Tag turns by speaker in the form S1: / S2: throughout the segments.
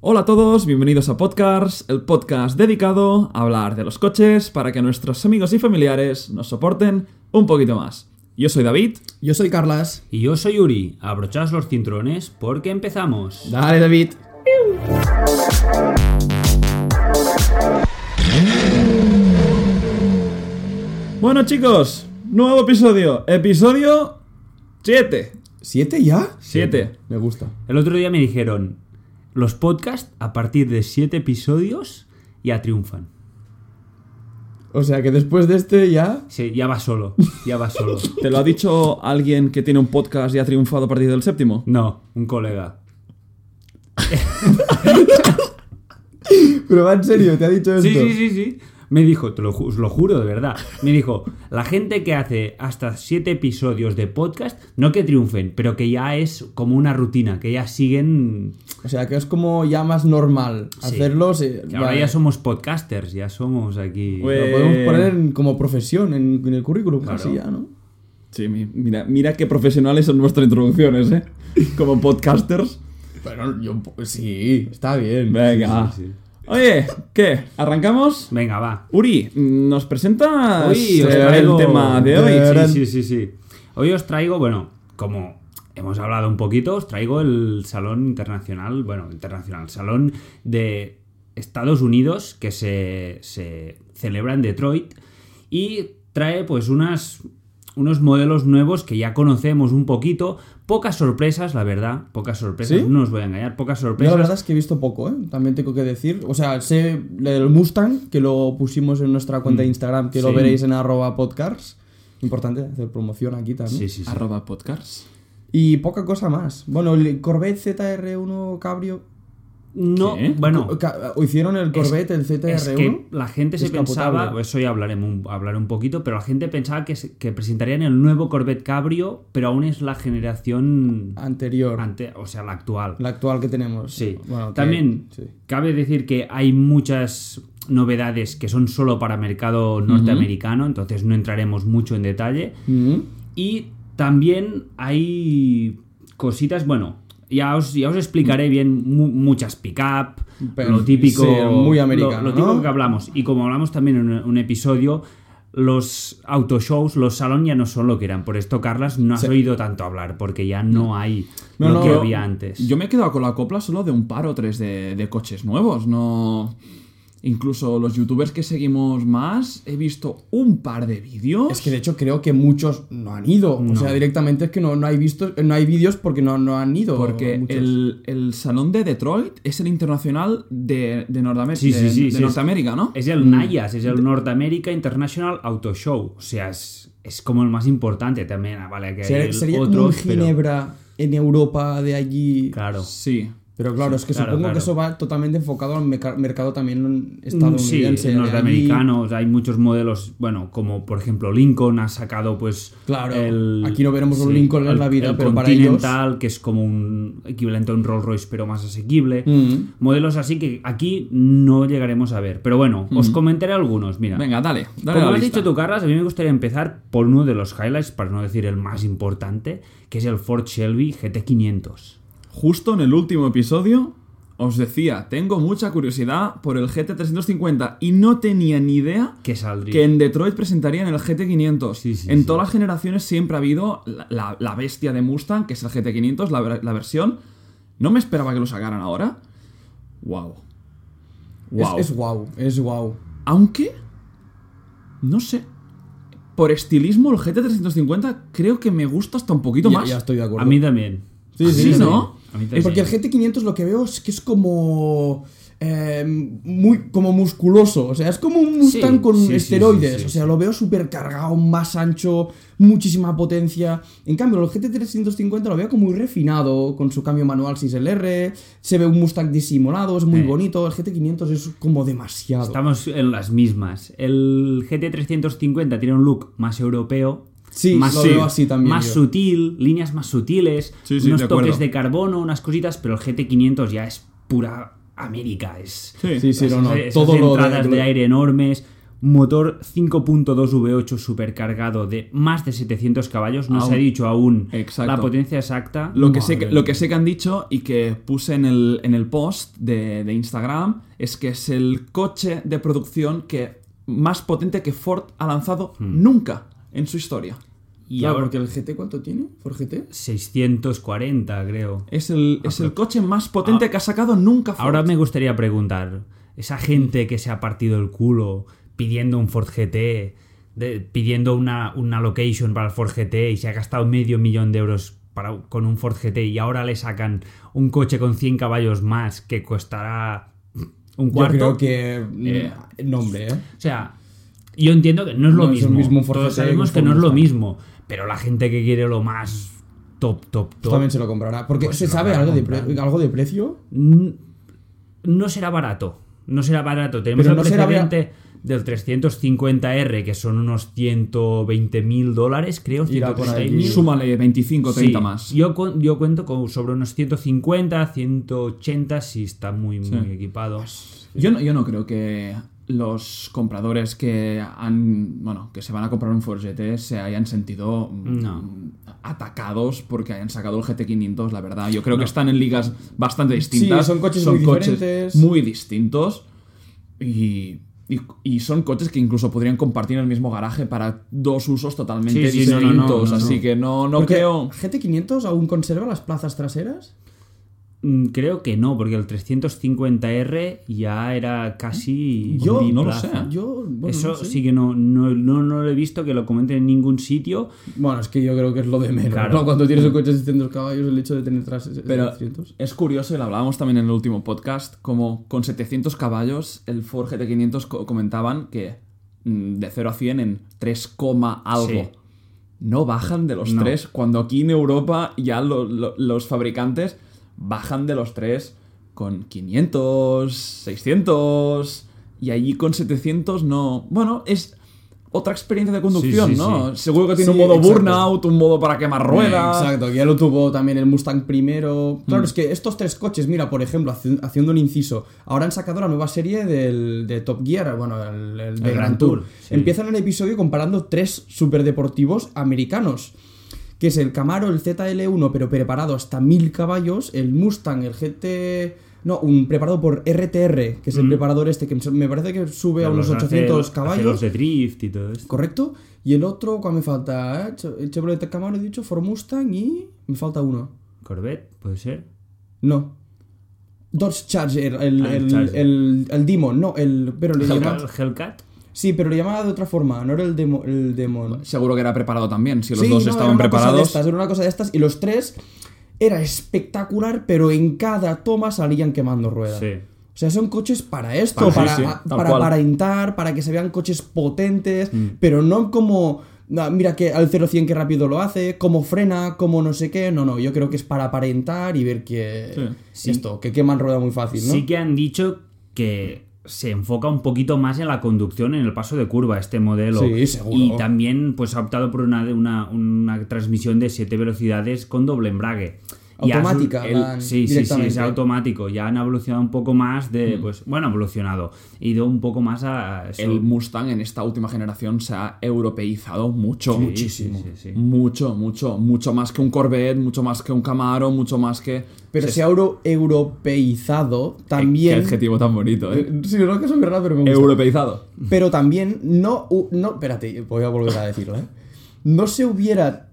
S1: Hola a todos, bienvenidos a Podcast, el podcast dedicado a hablar de los coches para que nuestros amigos y familiares nos soporten un poquito más. Yo soy David.
S2: Yo soy Carlas.
S3: Y yo soy Uri. Abrochaos los cinturones porque empezamos.
S2: Dale, David.
S1: Bueno chicos, nuevo episodio, episodio 7.
S2: ¿Siete ya?
S1: 7.
S2: Me gusta.
S3: El otro día me dijeron, los podcasts a partir de 7 episodios ya triunfan.
S2: O sea que después de este ya.
S3: Sí, ya va solo, ya va solo.
S1: ¿Te lo ha dicho alguien que tiene un podcast y ha triunfado a partir del séptimo?
S3: No, un colega.
S2: Pero va en serio, te ha dicho esto.
S3: Sí, sí, sí, sí. Me dijo, te lo, ju- os lo juro de verdad, me dijo, la gente que hace hasta 7 episodios de podcast, no que triunfen, pero que ya es como una rutina, que ya siguen...
S2: O sea que es como ya más normal
S3: Sí.
S2: hacerlo. sí,
S3: que
S2: vale.
S3: ahora
S2: Pues
S3: ya somos podcasters, ya somos aquí...
S1: Bueno,
S2: Lo podemos poner en- como profesión en, en el currículum,
S3: Claro.
S2: así ya, ¿no?
S1: Sí, mi- mira, mira qué profesionales son nuestras introducciones, ¿eh? Como podcasters.
S2: Pero yo.
S3: pues,
S2: Sí, está bien.
S1: Venga.
S3: Sí, sí,
S1: Oye, ¿qué? ¿Arrancamos?
S3: Venga, va.
S1: Uri, ¿nos presentas
S3: Hoy os
S1: eh, el
S3: traigo-
S1: tema de hoy?
S2: de-
S3: Sí, sí, sí, sí. Hoy os traigo, bueno, como hemos hablado un poquito, os traigo el Salón Internacional, bueno, Internacional, Salón de Estados Unidos que se, se celebra en Detroit y trae pues unas unos modelos nuevos que ya conocemos un poquito, pocas sorpresas, la verdad, pocas sorpresas,
S2: ¿Sí?
S3: no os voy a engañar, pocas
S2: Yo
S3: sorpresas.
S2: la verdad es que he visto poco, ¿eh? También tengo que decir. O sea, sé del Mustang, que lo pusimos en nuestra cuenta de Instagram, que lo
S3: Mm. Sí.
S2: veréis en arroba podcast. Importante hacer promoción aquí también.
S3: Sí, sí, sí.
S1: Arroba podcast.
S2: Y poca cosa más. Bueno, el Corvette ZR1 Cabrio.
S3: No,
S1: ¿Qué?
S3: bueno,
S2: Ca- o hicieron el Corvette, el ZR1.
S3: Es que la gente se
S2: Descapotable.
S3: pensaba, pues, eso ya hablaremos un, hablaré un poquito, pero la gente pensaba que, se- que presentarían el nuevo Corvette Cabrio, pero aún es la generación
S2: Anterior.
S3: ante, o sea, la actual.
S2: La actual que tenemos.
S3: Sí.
S2: Bueno, que-
S3: También
S2: sí.
S3: cabe decir que hay muchas novedades que son solo para mercado norteamericano, entonces no entraremos mucho en detalle.
S2: Mm.
S3: Y también hay cositas, bueno, ya os, ya os explicaré bien mu- muchas pick-up,
S2: Mm. Pero
S3: lo típico,
S2: sí, muy
S3: lo-
S2: americano,
S3: lo, típico
S2: ¿no?
S3: que hablamos. Y como hablamos también en un- un episodio, los autoshows, los salón ya no son lo que eran. Por esto, Carlas, no has oído tanto hablar, porque ya no hay
S2: No,
S3: lo
S2: no,
S3: que
S2: yo-
S3: había antes.
S1: Yo me he quedado con la copla solo de un par o tres de, de coches nuevos, no... Incluso los youtubers que seguimos más, he visto un par de vídeos.
S2: Es que de hecho creo que muchos no han ido. O sea, directamente es que no, no hay visto, no hay vídeos porque no, no han ido.
S1: Porque
S2: muchos.
S1: el, el salón de Detroit es el internacional de, de, Nordamer-
S3: Sí, sí,
S1: de-
S3: sí,
S1: de
S3: sí, es-
S1: Norteamérica, ¿no?
S3: Es el NAIAS,
S2: Mm.
S3: es el North America International Auto Show. O sea, es, es como el más importante también. ah, Vale, que hay
S2: Ser-
S3: el
S2: sería como
S3: otro,
S2: un
S3: pero-
S2: Ginebra en Europa de allí.
S3: Claro.
S1: Sí.
S2: Pero claro, es que
S3: claro,
S2: supongo que
S3: claro. Mm,
S2: eso va totalmente enfocado al meca- mercado también
S3: Sí,
S2: estadounidense. de allí.
S3: norteamericanos, hay muchos modelos, bueno, como por ejemplo Lincoln ha sacado pues
S2: Claro,
S3: el-
S2: aquí no veremos un Lincoln en la vida,
S3: el
S2: pero para
S3: Continental, que es como un equivalente a un Rolls Royce pero más asequible.
S2: Mm.
S3: Modelos así que aquí no llegaremos a ver, pero bueno,
S2: Mm.
S3: os comentaré algunos, mira.
S1: Venga, dale. dale
S3: Como
S1: la
S3: has
S1: lista.
S3: dicho tú, Carlas, a mí me gustaría empezar por uno de los highlights, para no decir el más importante, que es el Ford Shelby GT500.
S1: Justo en el último episodio os decía, tengo mucha curiosidad por el GT350 y no tenía ni idea
S3: Que saldría.
S1: que en Detroit presentarían el GT500.
S3: Sí, sí,
S1: en
S3: sí.
S1: todas las generaciones siempre ha habido la, la- la bestia de Mustang, que es el GT500, la, ver- la versión. No me esperaba que lo sacaran ahora. Wow.
S2: Es,
S1: Wow.
S2: es guau, es guau.
S1: Aunque, no sé. Por estilismo, el GT350 creo que me gusta hasta un poquito
S2: Ya,
S1: más.
S2: ya estoy de acuerdo.
S3: A mí también.
S2: Sí, sí,
S1: Sí,
S2: sí.
S1: ¿no?
S3: A mí también.
S2: Es porque el GT500 lo que veo es que es como. eh, muy como musculoso, o sea, es como un Mustang
S3: Sí,
S2: con
S3: sí, sí,
S2: esteroides,
S3: sí, sí,
S2: o sea, lo veo súper cargado, más ancho, muchísima potencia. En cambio, el GT350 lo veo como muy refinado, con su cambio manual 6LR, se ve un Mustang disimulado, es muy
S3: Eh.
S2: bonito. El GT500 es como demasiado.
S3: Estamos en las mismas. El GT350 tiene un look más europeo.
S2: Sí,
S3: más,
S2: lo veo así también
S3: más
S2: yo.
S3: sutil, líneas más sutiles,
S1: Sí, sí,
S3: unos
S1: de acuerdo.
S3: toques de carbono, unas cositas, pero el GT500 ya es pura América. Es
S2: Sí, sí, no, no,
S3: esas
S2: todo lo de-
S3: entradas de aire enormes, motor 5.2 V8 supercargado de más de 700 caballos. No
S1: Aún.
S3: se ha dicho aún
S1: Exacto.
S3: la potencia exacta.
S1: Lo que, sé que,
S3: Madre
S1: lo que sé que han dicho y que puse en el, en el post de, de Instagram es que es el coche de producción que más potente que Ford ha lanzado
S3: Hmm.
S1: nunca en su historia.
S3: Y
S2: claro,
S3: ahora
S2: porque el GT, ¿cuánto tiene? ¿Por GT?
S3: 640, creo.
S1: Es el, es el coche más potente que ha sacado nunca Ford.
S3: Ah, Ahora me gustaría preguntar, esa gente que se ha partido el culo pidiendo un Ford GT, de- pidiendo una, una location para el Ford GT y se ha gastado medio millón de euros para, con un Ford GT y ahora le sacan un coche con 100 caballos más que costará un cuarto.
S2: Yo creo que. mm,
S3: Eh.
S2: Nombre, ¿eh?
S3: O sea, yo entiendo que no es lo
S2: No es lo
S3: mismo.
S2: mismo un Ford
S3: Todos
S2: GT
S3: sabemos
S2: que
S3: que
S2: un
S3: no es
S2: Ford
S3: lo
S2: Mustang.
S3: mismo, pero la gente que quiere lo más top, top, top.
S2: También se lo comprará. Porque
S3: Pues
S2: se
S3: se lo
S2: sabe
S3: habrá
S2: algo de, pre-
S3: comprado.
S2: algo de precio.
S3: n- no será barato. No será barato. Tenemos
S2: Pero
S3: el
S2: no será
S3: precedente del 350R, que son unos 120 mil dólares, creo.
S2: Irá por ahí.
S3: 130.000.
S1: Súmale 25 o 30
S3: Sí,
S1: más.
S3: Yo, cu- yo cuento con sobre unos 150, 180 si está muy, muy equipado.
S1: Yo no, yo no creo que los compradores que han bueno que se van a comprar un Ford GT se hayan sentido mm,
S3: No.
S1: atacados porque hayan sacado el GT500 la verdad yo creo que están en ligas bastante distintas
S2: Sí, son coches muy diferentes.
S1: muy distintos y, y- y son coches que incluso podrían compartir el mismo garaje para dos usos totalmente
S3: Sí, sí, no,
S1: distintos
S3: no, no, no, no.
S1: así que no no
S2: Porque
S1: creo
S2: ¿GT500 aún conserva las plazas traseras?
S3: Mm, Creo que no, porque el 350R ya era casi.
S1: Yo no lo
S3: biplaza.
S1: sé.
S2: Yo. Bueno,
S3: Ah. Eso
S2: no sé.
S3: sí que no, no, no, no lo he visto que lo comenten en ningún sitio.
S2: Bueno, es que yo creo que es lo de menos.
S3: Claro. Mm.
S2: ¿no? Cuando tienes un coche de 600 caballos, el hecho de tener tras
S1: Pero
S2: 600.
S1: es curioso, y lo hablábamos también en el último podcast, como con 700 caballos el Ford GT500 co- comentaban que mm, de 0 a 100 en 3, coma algo.
S3: Sí.
S1: No bajan de los
S3: No.
S1: 3, cuando aquí en Europa ya lo- lo- los fabricantes bajan de los 3 con 500, 600 y allí con 700 no... Bueno, es otra experiencia de conducción,
S3: sí, Eh,
S1: ¿no? Seguro que tiene
S2: Sí,
S1: un modo
S2: exacto.
S1: burnout, un modo para quemar ruedas.
S2: Eh, Exacto, que ya lo tuvo también el Mustang primero.
S3: Mm.
S2: Claro, es que estos tres coches, mira, por ejemplo, haci- haciendo un inciso, ahora han sacado la nueva serie del, de Top Gear, bueno, el, el de Gran
S3: El Gran
S2: Tour.
S3: Tour, sí.
S2: Empiezan el episodio comparando tres superdeportivos americanos. Que es el Camaro, el ZL1, pero preparado hasta 1000 caballos, el Mustang, el GT. No, un preparado por RTR, que es el preparador este, que me parece que sube a unos
S3: Mm. Los hace-
S2: 800
S3: hace
S2: caballos.
S3: Los de drift y todo esto.
S2: Correcto. Y el otro, ¿cuál me falta? eh? Che- El Chevrolet Camaro, he dicho, Ford Mustang y... Me falta uno.
S3: Corvette, puede ser.
S2: No. Dodge Charger, el,
S3: Ah, el
S2: el,
S3: Charger.
S2: el- el Demon, no, el... Pero le
S3: Hellcat.
S2: llamaba... Sí, pero le llamaba de otra forma, no era el, demo, el Demon.
S1: Seguro que era preparado también, si los
S2: Sí,
S1: dos
S2: no,
S1: estaban
S2: era una cosa de
S1: preparados.
S2: estas, era una cosa de estas, y los tres era espectacular, pero en cada toma salían quemando ruedas.
S3: Sí.
S2: O sea, son coches para esto,
S1: Para-
S2: para,
S1: sí, sí,
S2: a-
S1: tal
S2: para
S1: cual. Mm.
S2: aparentar, para que se vean coches potentes, pero no como, "Ah, mira que al 0-100 que rápido lo hace, como frena, como no sé qué. No, no, yo creo que es para aparentar y ver que
S3: Sí.
S2: esto, que queman rueda muy fácil, ¿no?
S3: Sí que han dicho que se enfoca un poquito más en la conducción, en el paso de curva, este modelo.
S2: Sí, seguro.
S3: Y también pues, ha optado por una, una, una transmisión de siete velocidades con doble embrague. Y ha sur-
S2: Automática,
S3: el-
S2: van
S3: sí, sí, sí, es
S2: directamente. Mm.
S3: automático. Ya han evolucionado un poco más de. Pues, bueno, evolucionado. Ido un poco más a. a eso.
S1: el Mustang en esta última generación se ha europeizado mucho.
S3: Sí,
S1: muchísimo.
S3: sí, sí, sí.
S1: Mucho, mucho, mucho más que un Corvette, mucho más que un Camaro, mucho más que.
S2: Pero
S1: Sí,
S2: se ha euro- europeizado
S1: Qué
S2: también.
S1: adjetivo tan bonito, ¿eh?
S2: Eh, Sí, no que son verdad, pero me gusta.
S1: Europeizado.
S2: Pero también no, hu- no. Espérate, voy a volver a decirlo, ¿eh? No se hubiera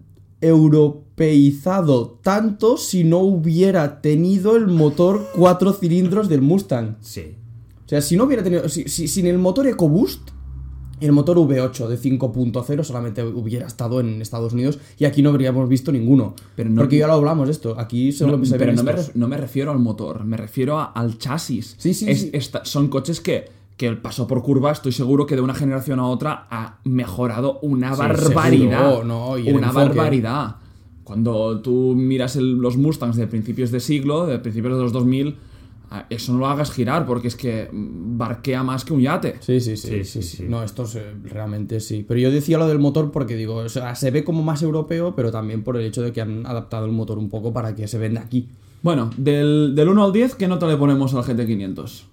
S2: europeizado tanto si no hubiera tenido el motor cuatro cilindros del Mustang.
S3: Sí.
S2: O sea, si no hubiera tenido. si- si- sin el motor EcoBoost, el motor V8 de 5.0 solamente hubiera estado en Estados Unidos y aquí no habríamos visto ninguno.
S1: Pero no-
S2: Porque ya lo hablamos esto. Aquí solo
S1: No,
S2: se
S1: pero
S2: ven
S1: no me,
S2: estos.
S1: ref- no me refiero al motor, me refiero a- al chasis.
S2: Sí, sí,
S1: Es-
S2: sí.
S1: esta- son coches que, que el paso por curva, estoy seguro que de una generación a otra ha mejorado una barbaridad.
S2: seguro, no, y el
S1: una
S2: enfoque.
S1: barbaridad. Cuando tú miras el- los Mustangs de principios de siglo, de principios de los 2000, a- eso no lo hagas girar porque es que mm, barquea más que un yate.
S2: Sí sí sí, sí,
S3: Sí,
S2: sí,
S3: sí, sí.
S2: No, esto es, eh, realmente sí. Pero yo decía lo del motor porque digo, o sea, se ve como más europeo, pero también por el hecho de que han adaptado el motor un poco para que se venda aquí.
S1: Bueno, del, del 1 al 10, ¿qué nota le ponemos al GT500?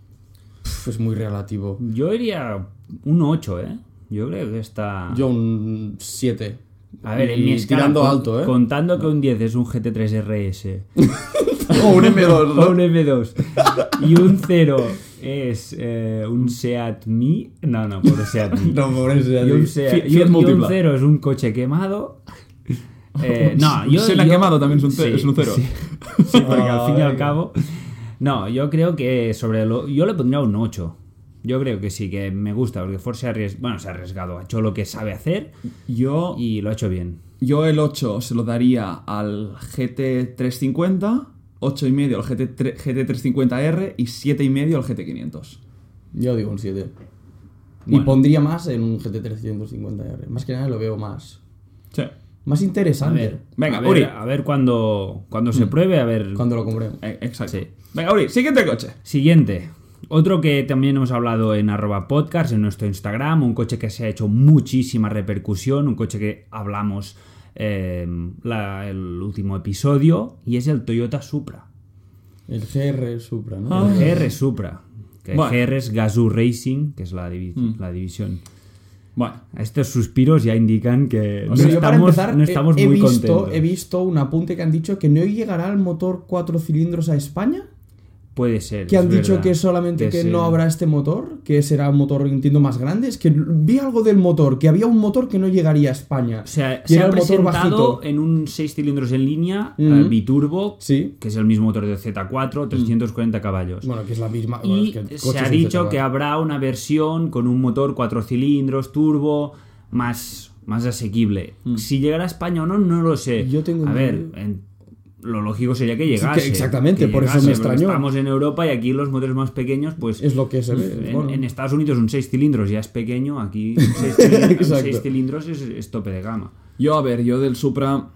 S2: pf, es muy relativo.
S3: Yo iría un 8, ¿eh? Yo creo que está...
S2: Yo un 7.
S3: A ver, en
S2: Y
S3: mi escala,
S2: tirando
S3: con-
S2: alto, ¿eh?
S3: Contando que un 10 es un GT3 RS.
S2: O un M2.
S3: o un M2. Y un 0 es eh, un Seat Mi. No, no, por Seat Mi.
S2: No, pobre sea
S3: y un,
S2: así.
S3: Seat-
S1: Fiat-
S3: y
S1: Fiat
S3: un- y un
S1: múltipla.
S3: 0 es un coche quemado. Eh, no,
S1: Un
S3: yo,
S1: Seat
S3: yo-
S1: quemado también es un ce- es un cero. Ah,
S3: Sí, Sí, porque al fin y
S2: Ay.
S3: al cabo. No, yo creo que sobre lo. Yo le pondría un 8. Yo creo que sí, que me gusta, porque Ford se ha arriesgado, bueno, se ha arriesgado, ha hecho lo que sabe hacer
S1: Yo,
S3: y lo ha hecho bien.
S1: yo el 8 se lo daría al GT350, 8,5 al GT3- GT350R y 7,5 al GT500.
S2: Yo digo un 7. Y
S3: Bueno.
S2: pondría más en un GT350R. Más que nada lo veo más.
S1: Sí.
S2: Más
S3: A
S2: interesante.
S3: ver,
S1: Venga,
S3: a ver,
S1: Uri.
S3: a ver cuando, cuando
S2: Mm.
S3: se pruebe, a ver.
S2: Cuando lo compremos.
S1: Eh, Exacto.
S3: Sí.
S1: Venga, Uri, siguiente coche.
S3: Siguiente. Otro que también hemos hablado en arroba podcast, en nuestro Instagram, un coche que se ha hecho muchísima repercusión, un coche que hablamos eh, la- el último episodio, y es el Toyota Supra.
S2: El GR Supra, ¿no?
S1: Ah.
S3: El GR Supra. Que
S1: Bueno.
S3: GR es Gazoo Racing, que es la, divi-
S2: Mm.
S3: la división.
S1: Bueno,
S3: Estos suspiros ya indican que no
S2: O sea, yo para
S3: estamos,
S2: empezar,
S3: no
S2: he-
S3: estamos
S2: he,
S3: muy
S2: visto,
S3: contentos.
S2: he visto un apunte que han dicho que no llegará el motor cuatro cilindros a España.
S3: Puede ser.
S2: Que han
S3: es
S2: dicho
S3: verdad.
S2: que solamente
S3: Puede
S2: que
S3: ser.
S2: no habrá este motor, que será un motor, entiendo, más grande. Es que vi algo del motor, que había un motor que no llegaría a España.
S3: O sea,
S2: Y
S3: se
S2: era
S3: ha
S2: el motor bajito.
S3: presentado en un 6 cilindros en línea, eh,
S2: Ujú.
S3: biturbo,
S2: Sí.
S3: que es el mismo motor de Z4, 340 caballos.
S2: Bueno, que es la misma. bueno,
S3: y
S2: es que el
S3: se
S2: coche
S3: ha
S2: es este, un
S3: dicho
S2: ZR.
S3: que habrá una versión con un motor 4 cilindros, turbo, más, más asequible. Si llegará a España o no, no lo sé.
S2: Yo tengo
S3: a ver,
S2: entendido-
S3: en- lo lógico sería que llegase.
S2: que exactamente,
S3: que
S2: por eso me
S3: llegase, porque
S2: extrañó.
S3: Estamos en Europa y aquí los motores más pequeños, pues
S2: Es lo que se ve.
S3: en,
S2: bueno.
S3: en Estados Unidos un 6 cilindros ya es pequeño, aquí 6 cilindros,
S2: Exacto.
S3: seis cilindros es, es tope de gama.
S1: yo, a ver, yo del Supra.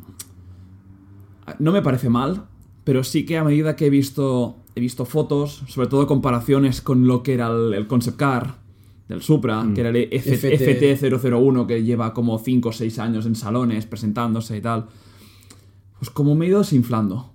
S1: No me parece mal, pero sí que a medida que he visto. He visto fotos, sobre todo comparaciones con lo que era el, el concept car del Supra, que era el E
S2: FT.
S1: FT. 001 que lleva como 5 o 6 años en salones presentándose y tal. Pues como me he ido desinflando.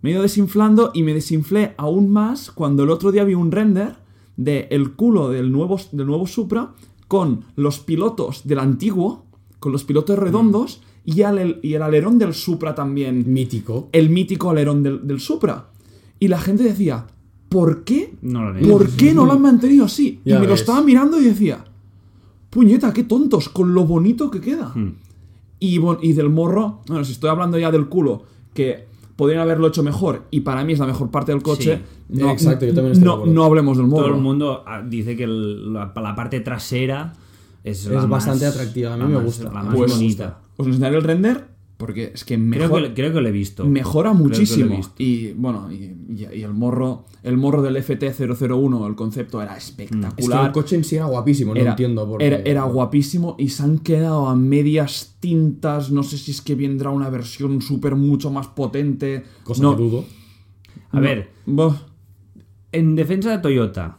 S1: Me he ido desinflando y me desinflé aún más cuando el otro día vi un render del el culo del nuevo, del nuevo Supra con los pilotos del antiguo, con los pilotos redondos y, al- y el alerón del Supra también.
S2: Mítico.
S1: El mítico alerón del, del Supra. Y la gente decía, ¿por qué?
S3: No lo leí.
S1: ¿Por qué no lo han mantenido así? Y
S2: Ya
S1: me lo
S2: ves.
S1: estaba mirando y decía, puñeta, qué tontos, con lo bonito que
S2: Hmm.
S1: queda.
S3: Hmm.
S1: Y, bon- y del morro, bueno, si estoy hablando ya del culo, que podrían haberlo hecho mejor y para mí es la mejor parte del coche,
S3: Sí.
S1: no,
S2: Exacto, yo también estoy de
S1: no,
S2: acuerdo.
S1: no hablemos del morro.
S3: Todo el mundo ah, dice que el- la, la parte trasera es, la
S2: Es
S3: más-
S2: bastante atractiva, a mí
S3: la
S2: me
S3: más-
S2: gusta.
S3: La más
S1: pues
S3: bonita.
S1: os enseñaré el render porque es que
S3: Creo
S1: mejor-
S3: que, creo que lo he visto.
S1: mejora
S3: Creo que lo he
S1: muchísimo.
S3: visto.
S1: Y bueno, y, y- y el morro el morro del FT001, el concepto era espectacular.
S2: Mm. Es que el coche en sí era guapísimo, no
S1: era,
S2: entiendo por qué.
S1: era, era guapísimo y se han quedado a medias tintas. No sé si es que vendrá una versión súper mucho más potente.
S2: Cosa
S1: no,
S2: que dudo.
S3: A ver,
S1: Buah,
S3: en defensa de Toyota,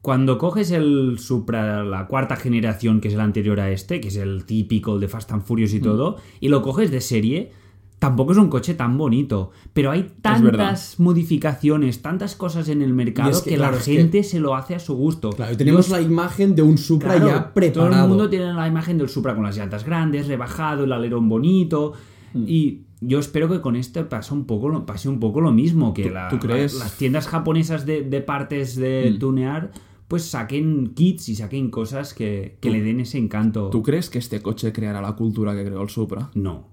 S3: cuando coges el Supra, la cuarta generación, que es el anterior a este, que es el típico, el de Fast and Furious
S2: Mm.
S3: y todo, y lo coges de serie, tampoco es un coche tan bonito. Pero hay tantas modificaciones, tantas cosas en el mercado
S2: es
S3: que,
S2: que,
S3: la
S2: claro, es que-
S3: gente se lo hace a su gusto.
S2: Claro, y tenemos la imagen de un Supra
S3: Claro,
S2: ya preparado.
S3: Todo el mundo tiene la imagen del Supra con las llantas grandes, rebajado, el alerón bonito.
S1: Mm.
S3: Y yo espero que con esto pase un poco lo, pase un poco lo mismo. Que la-
S1: tú crees? Mm.
S3: la- las tiendas japonesas de, de partes de tunear pues saquen kits y saquen cosas que, que le den ese encanto.
S1: ¿Tú crees que este coche creará la cultura que creó el Supra?
S3: No.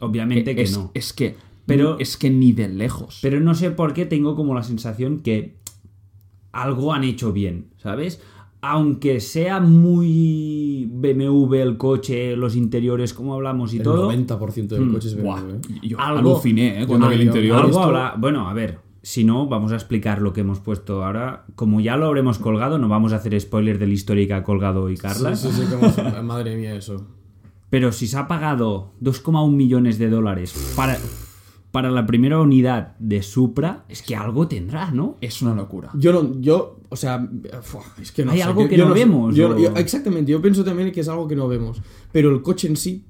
S3: Obviamente que
S1: Eh, es,
S3: no.
S1: Es que,
S3: Pero-
S1: es que ni de lejos.
S3: Pero no sé por qué tengo como la sensación que algo han hecho bien, ¿sabes? Aunque sea muy BMW el coche, los interiores, como hablamos y
S2: El
S3: todo. Mm.
S2: 90% del coche es
S1: Buah,
S2: BMW.
S1: yo
S3: Algo-
S1: aluciné ¿eh? cuando
S2: Ah,
S1: vi el
S2: yo-
S1: interior.
S3: Algo
S2: esto-
S3: habrá- Bueno, a ver. Si no, vamos a explicar lo que hemos puesto ahora. Como ya lo habremos colgado, no vamos a hacer spoiler del histórico que ha colgado hoy Carla.
S2: Sí, sí, sí, como- madre mía, eso.
S3: Pero si se ha pagado 2,1 millones de dólares para, para la primera unidad de Supra, es que algo tendrá, ¿no?
S1: Es una locura.
S2: Yo no, yo, o sea, fua, es que no
S3: Hay
S2: sé,
S3: algo que
S2: yo
S3: no
S2: sé,
S3: vemos,
S2: yo-
S3: o-
S2: yo- exactamente, yo pienso también que es algo que no vemos. Pero el coche en sí,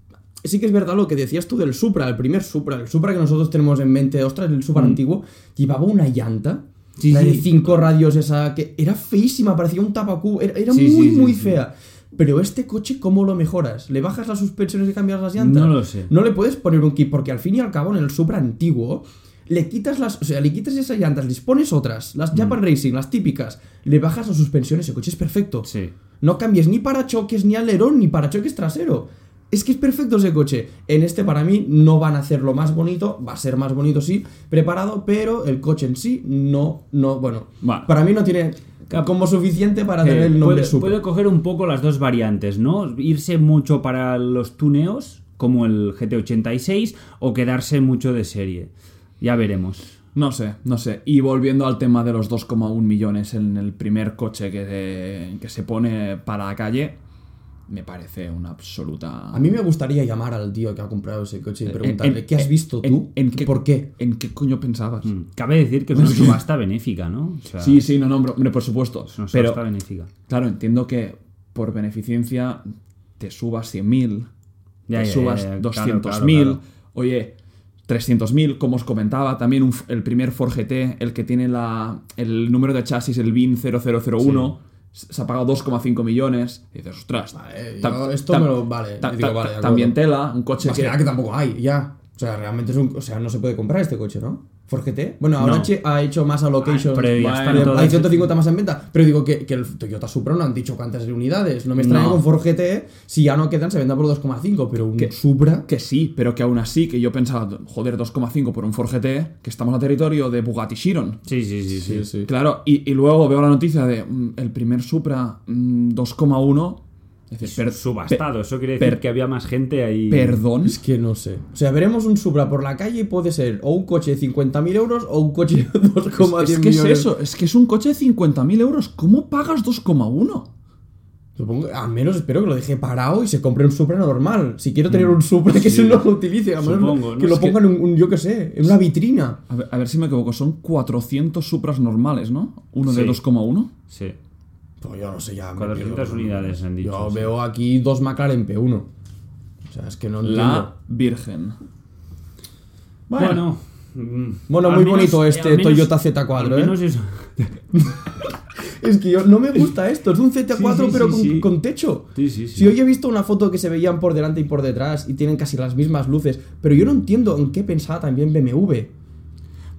S2: sí que es verdad lo que decías tú del Supra, el primer Supra, el Supra que nosotros tenemos en mente, ostras, el Supra antiguo, llevaba una llanta
S3: Mm. Sí,
S2: la de
S3: sí.
S2: cinco radios esa, que era feísima, parecía un tapacú, era, era
S3: Sí, sí,
S2: muy,
S3: sí,
S2: muy
S3: sí.
S2: fea. Pero este coche, ¿cómo lo mejoras? ¿Le bajas las suspensiones y cambias las llantas?
S3: No lo sé.
S2: No le puedes poner un kit, porque al fin y al cabo, en el Supra antiguo, le quitas las, o sea, le quitas esas llantas, les pones otras, las
S1: Mm.
S2: Japan Racing, las típicas, le bajas las suspensiones, el coche es perfecto.
S3: Sí.
S2: No cambies ni parachoques, ni alerón, ni parachoques trasero. Es que es perfecto ese coche. En este para mí no van a hacerlo más bonito, va a ser más bonito sí, preparado, pero el coche en sí no, no, bueno,
S1: Va.
S2: para mí no tiene como suficiente para
S3: Eh,
S2: tener el nombre
S3: puede,
S2: Supra.
S3: puede coger un poco las dos variantes, ¿no? Irse mucho para los tuneos, como el GT86, o quedarse mucho de serie. Ya veremos.
S1: No sé, no sé. Y volviendo al tema de los 2,1 millones en el primer coche que, se- que se pone para la calle, me parece una absoluta...
S2: A mí me gustaría llamar al tío que ha comprado ese coche y preguntarle,
S1: Eh, en-
S2: ¿qué has visto
S1: en-
S2: tú?
S1: en qué-
S2: ¿Por qué?
S1: ¿En qué coño pensabas?
S3: Mm. Cabe decir que es una subasta benéfica, ¿no? O sea,
S1: Sí, sí, no, no, hombre, por supuesto.
S3: es una subasta
S1: Pero,
S3: benéfica.
S1: claro, entiendo que por beneficencia te subas 100.000,
S3: Ya,
S1: te
S3: ya,
S1: subas
S3: ya, ya, claro,
S1: 200.000,
S3: claro, claro.
S1: oye, 300.000, como os comentaba, también un f- el primer Ford GT, el que tiene la, el número de chasis, el BIN 0001, se se ha pagado 2,5 millones. Y dices, ostras,
S2: Vale,
S1: tam-
S2: yo esto
S1: tam-
S2: me lo- vale,
S1: ta-
S2: y digo,
S1: ta-
S2: vale, de acuerdo.
S1: también tela, un coche
S2: Más
S1: que...
S2: que nada que tampoco hay, ya. O sea, realmente es un. O sea, no se puede comprar este coche, ¿no? ¿Ford GT? Bueno, ahora
S3: No.
S2: che- ha hecho más allocations.
S3: Ah, pero ya están
S2: Bueno,
S3: todas-
S2: hay 150 más en venta. Pero digo que, que el Toyota Supra no han dicho cuántas unidades. No me extraña
S1: No.
S2: con Ford GT. Si ya no quedan, se venda por 2,5. Pero un Supra.
S1: Que sí, pero que aún así, que yo pensaba, joder, 2,5 por un Ford GT, que estamos a territorio de Bugatti Chiron.
S3: Sí, sí, sí, sí.
S1: Claro, y, y luego veo la noticia de mm, el primer Supra mm, 2,1. Es decir, per-
S3: subastado,
S1: pe-
S3: eso quiere decir
S1: per-
S3: que había más gente ahí.
S1: perdón.
S2: Es que no sé. O sea, veremos un Supra por la calle y puede ser o un coche de 50.000 euros o un coche de 2,10
S1: Es, es que es
S2: millones.
S1: eso, es que es un coche de 50.000 euros. ¿Cómo pagas 2,1?
S2: Supongo, al menos espero que lo deje parado y se compre un Supra normal. Si quiero tener un Supra que se no lo utilice, al menos
S3: Mm, Supongo, ¿no?
S2: que
S3: Es
S2: lo
S3: que-
S2: ponga en un, un, yo qué sé, en una vitrina.
S1: A ver, a ver si me equivoco, son 400 Supras normales, ¿no? Uno de
S3: Sí.
S1: 2,1.
S3: Sí.
S2: Pues yo no sé, ya. me
S3: 400
S2: pierdo.
S3: unidades han dicho.
S2: Yo
S3: sí.
S2: veo aquí dos McLaren P1. O sea, es que no entiendo.
S1: La Virgen.
S3: Bueno. mm,
S2: Bueno,
S3: al
S2: muy
S3: menos-
S2: bonito
S3: eh,
S2: este
S3: al menos-
S2: Toyota Z4,
S3: al
S2: ¿eh?
S3: menos eso-
S2: Es que yo no me gusta esto. Es un Z4
S3: Sí, sí,
S2: pero
S3: sí,
S2: con,
S3: sí.
S2: con techo.
S3: Sí, sí, sí.
S2: Si hoy he visto una foto que se veían por delante y por detrás y tienen casi las mismas luces, pero yo no entiendo en qué pensaba también BMW.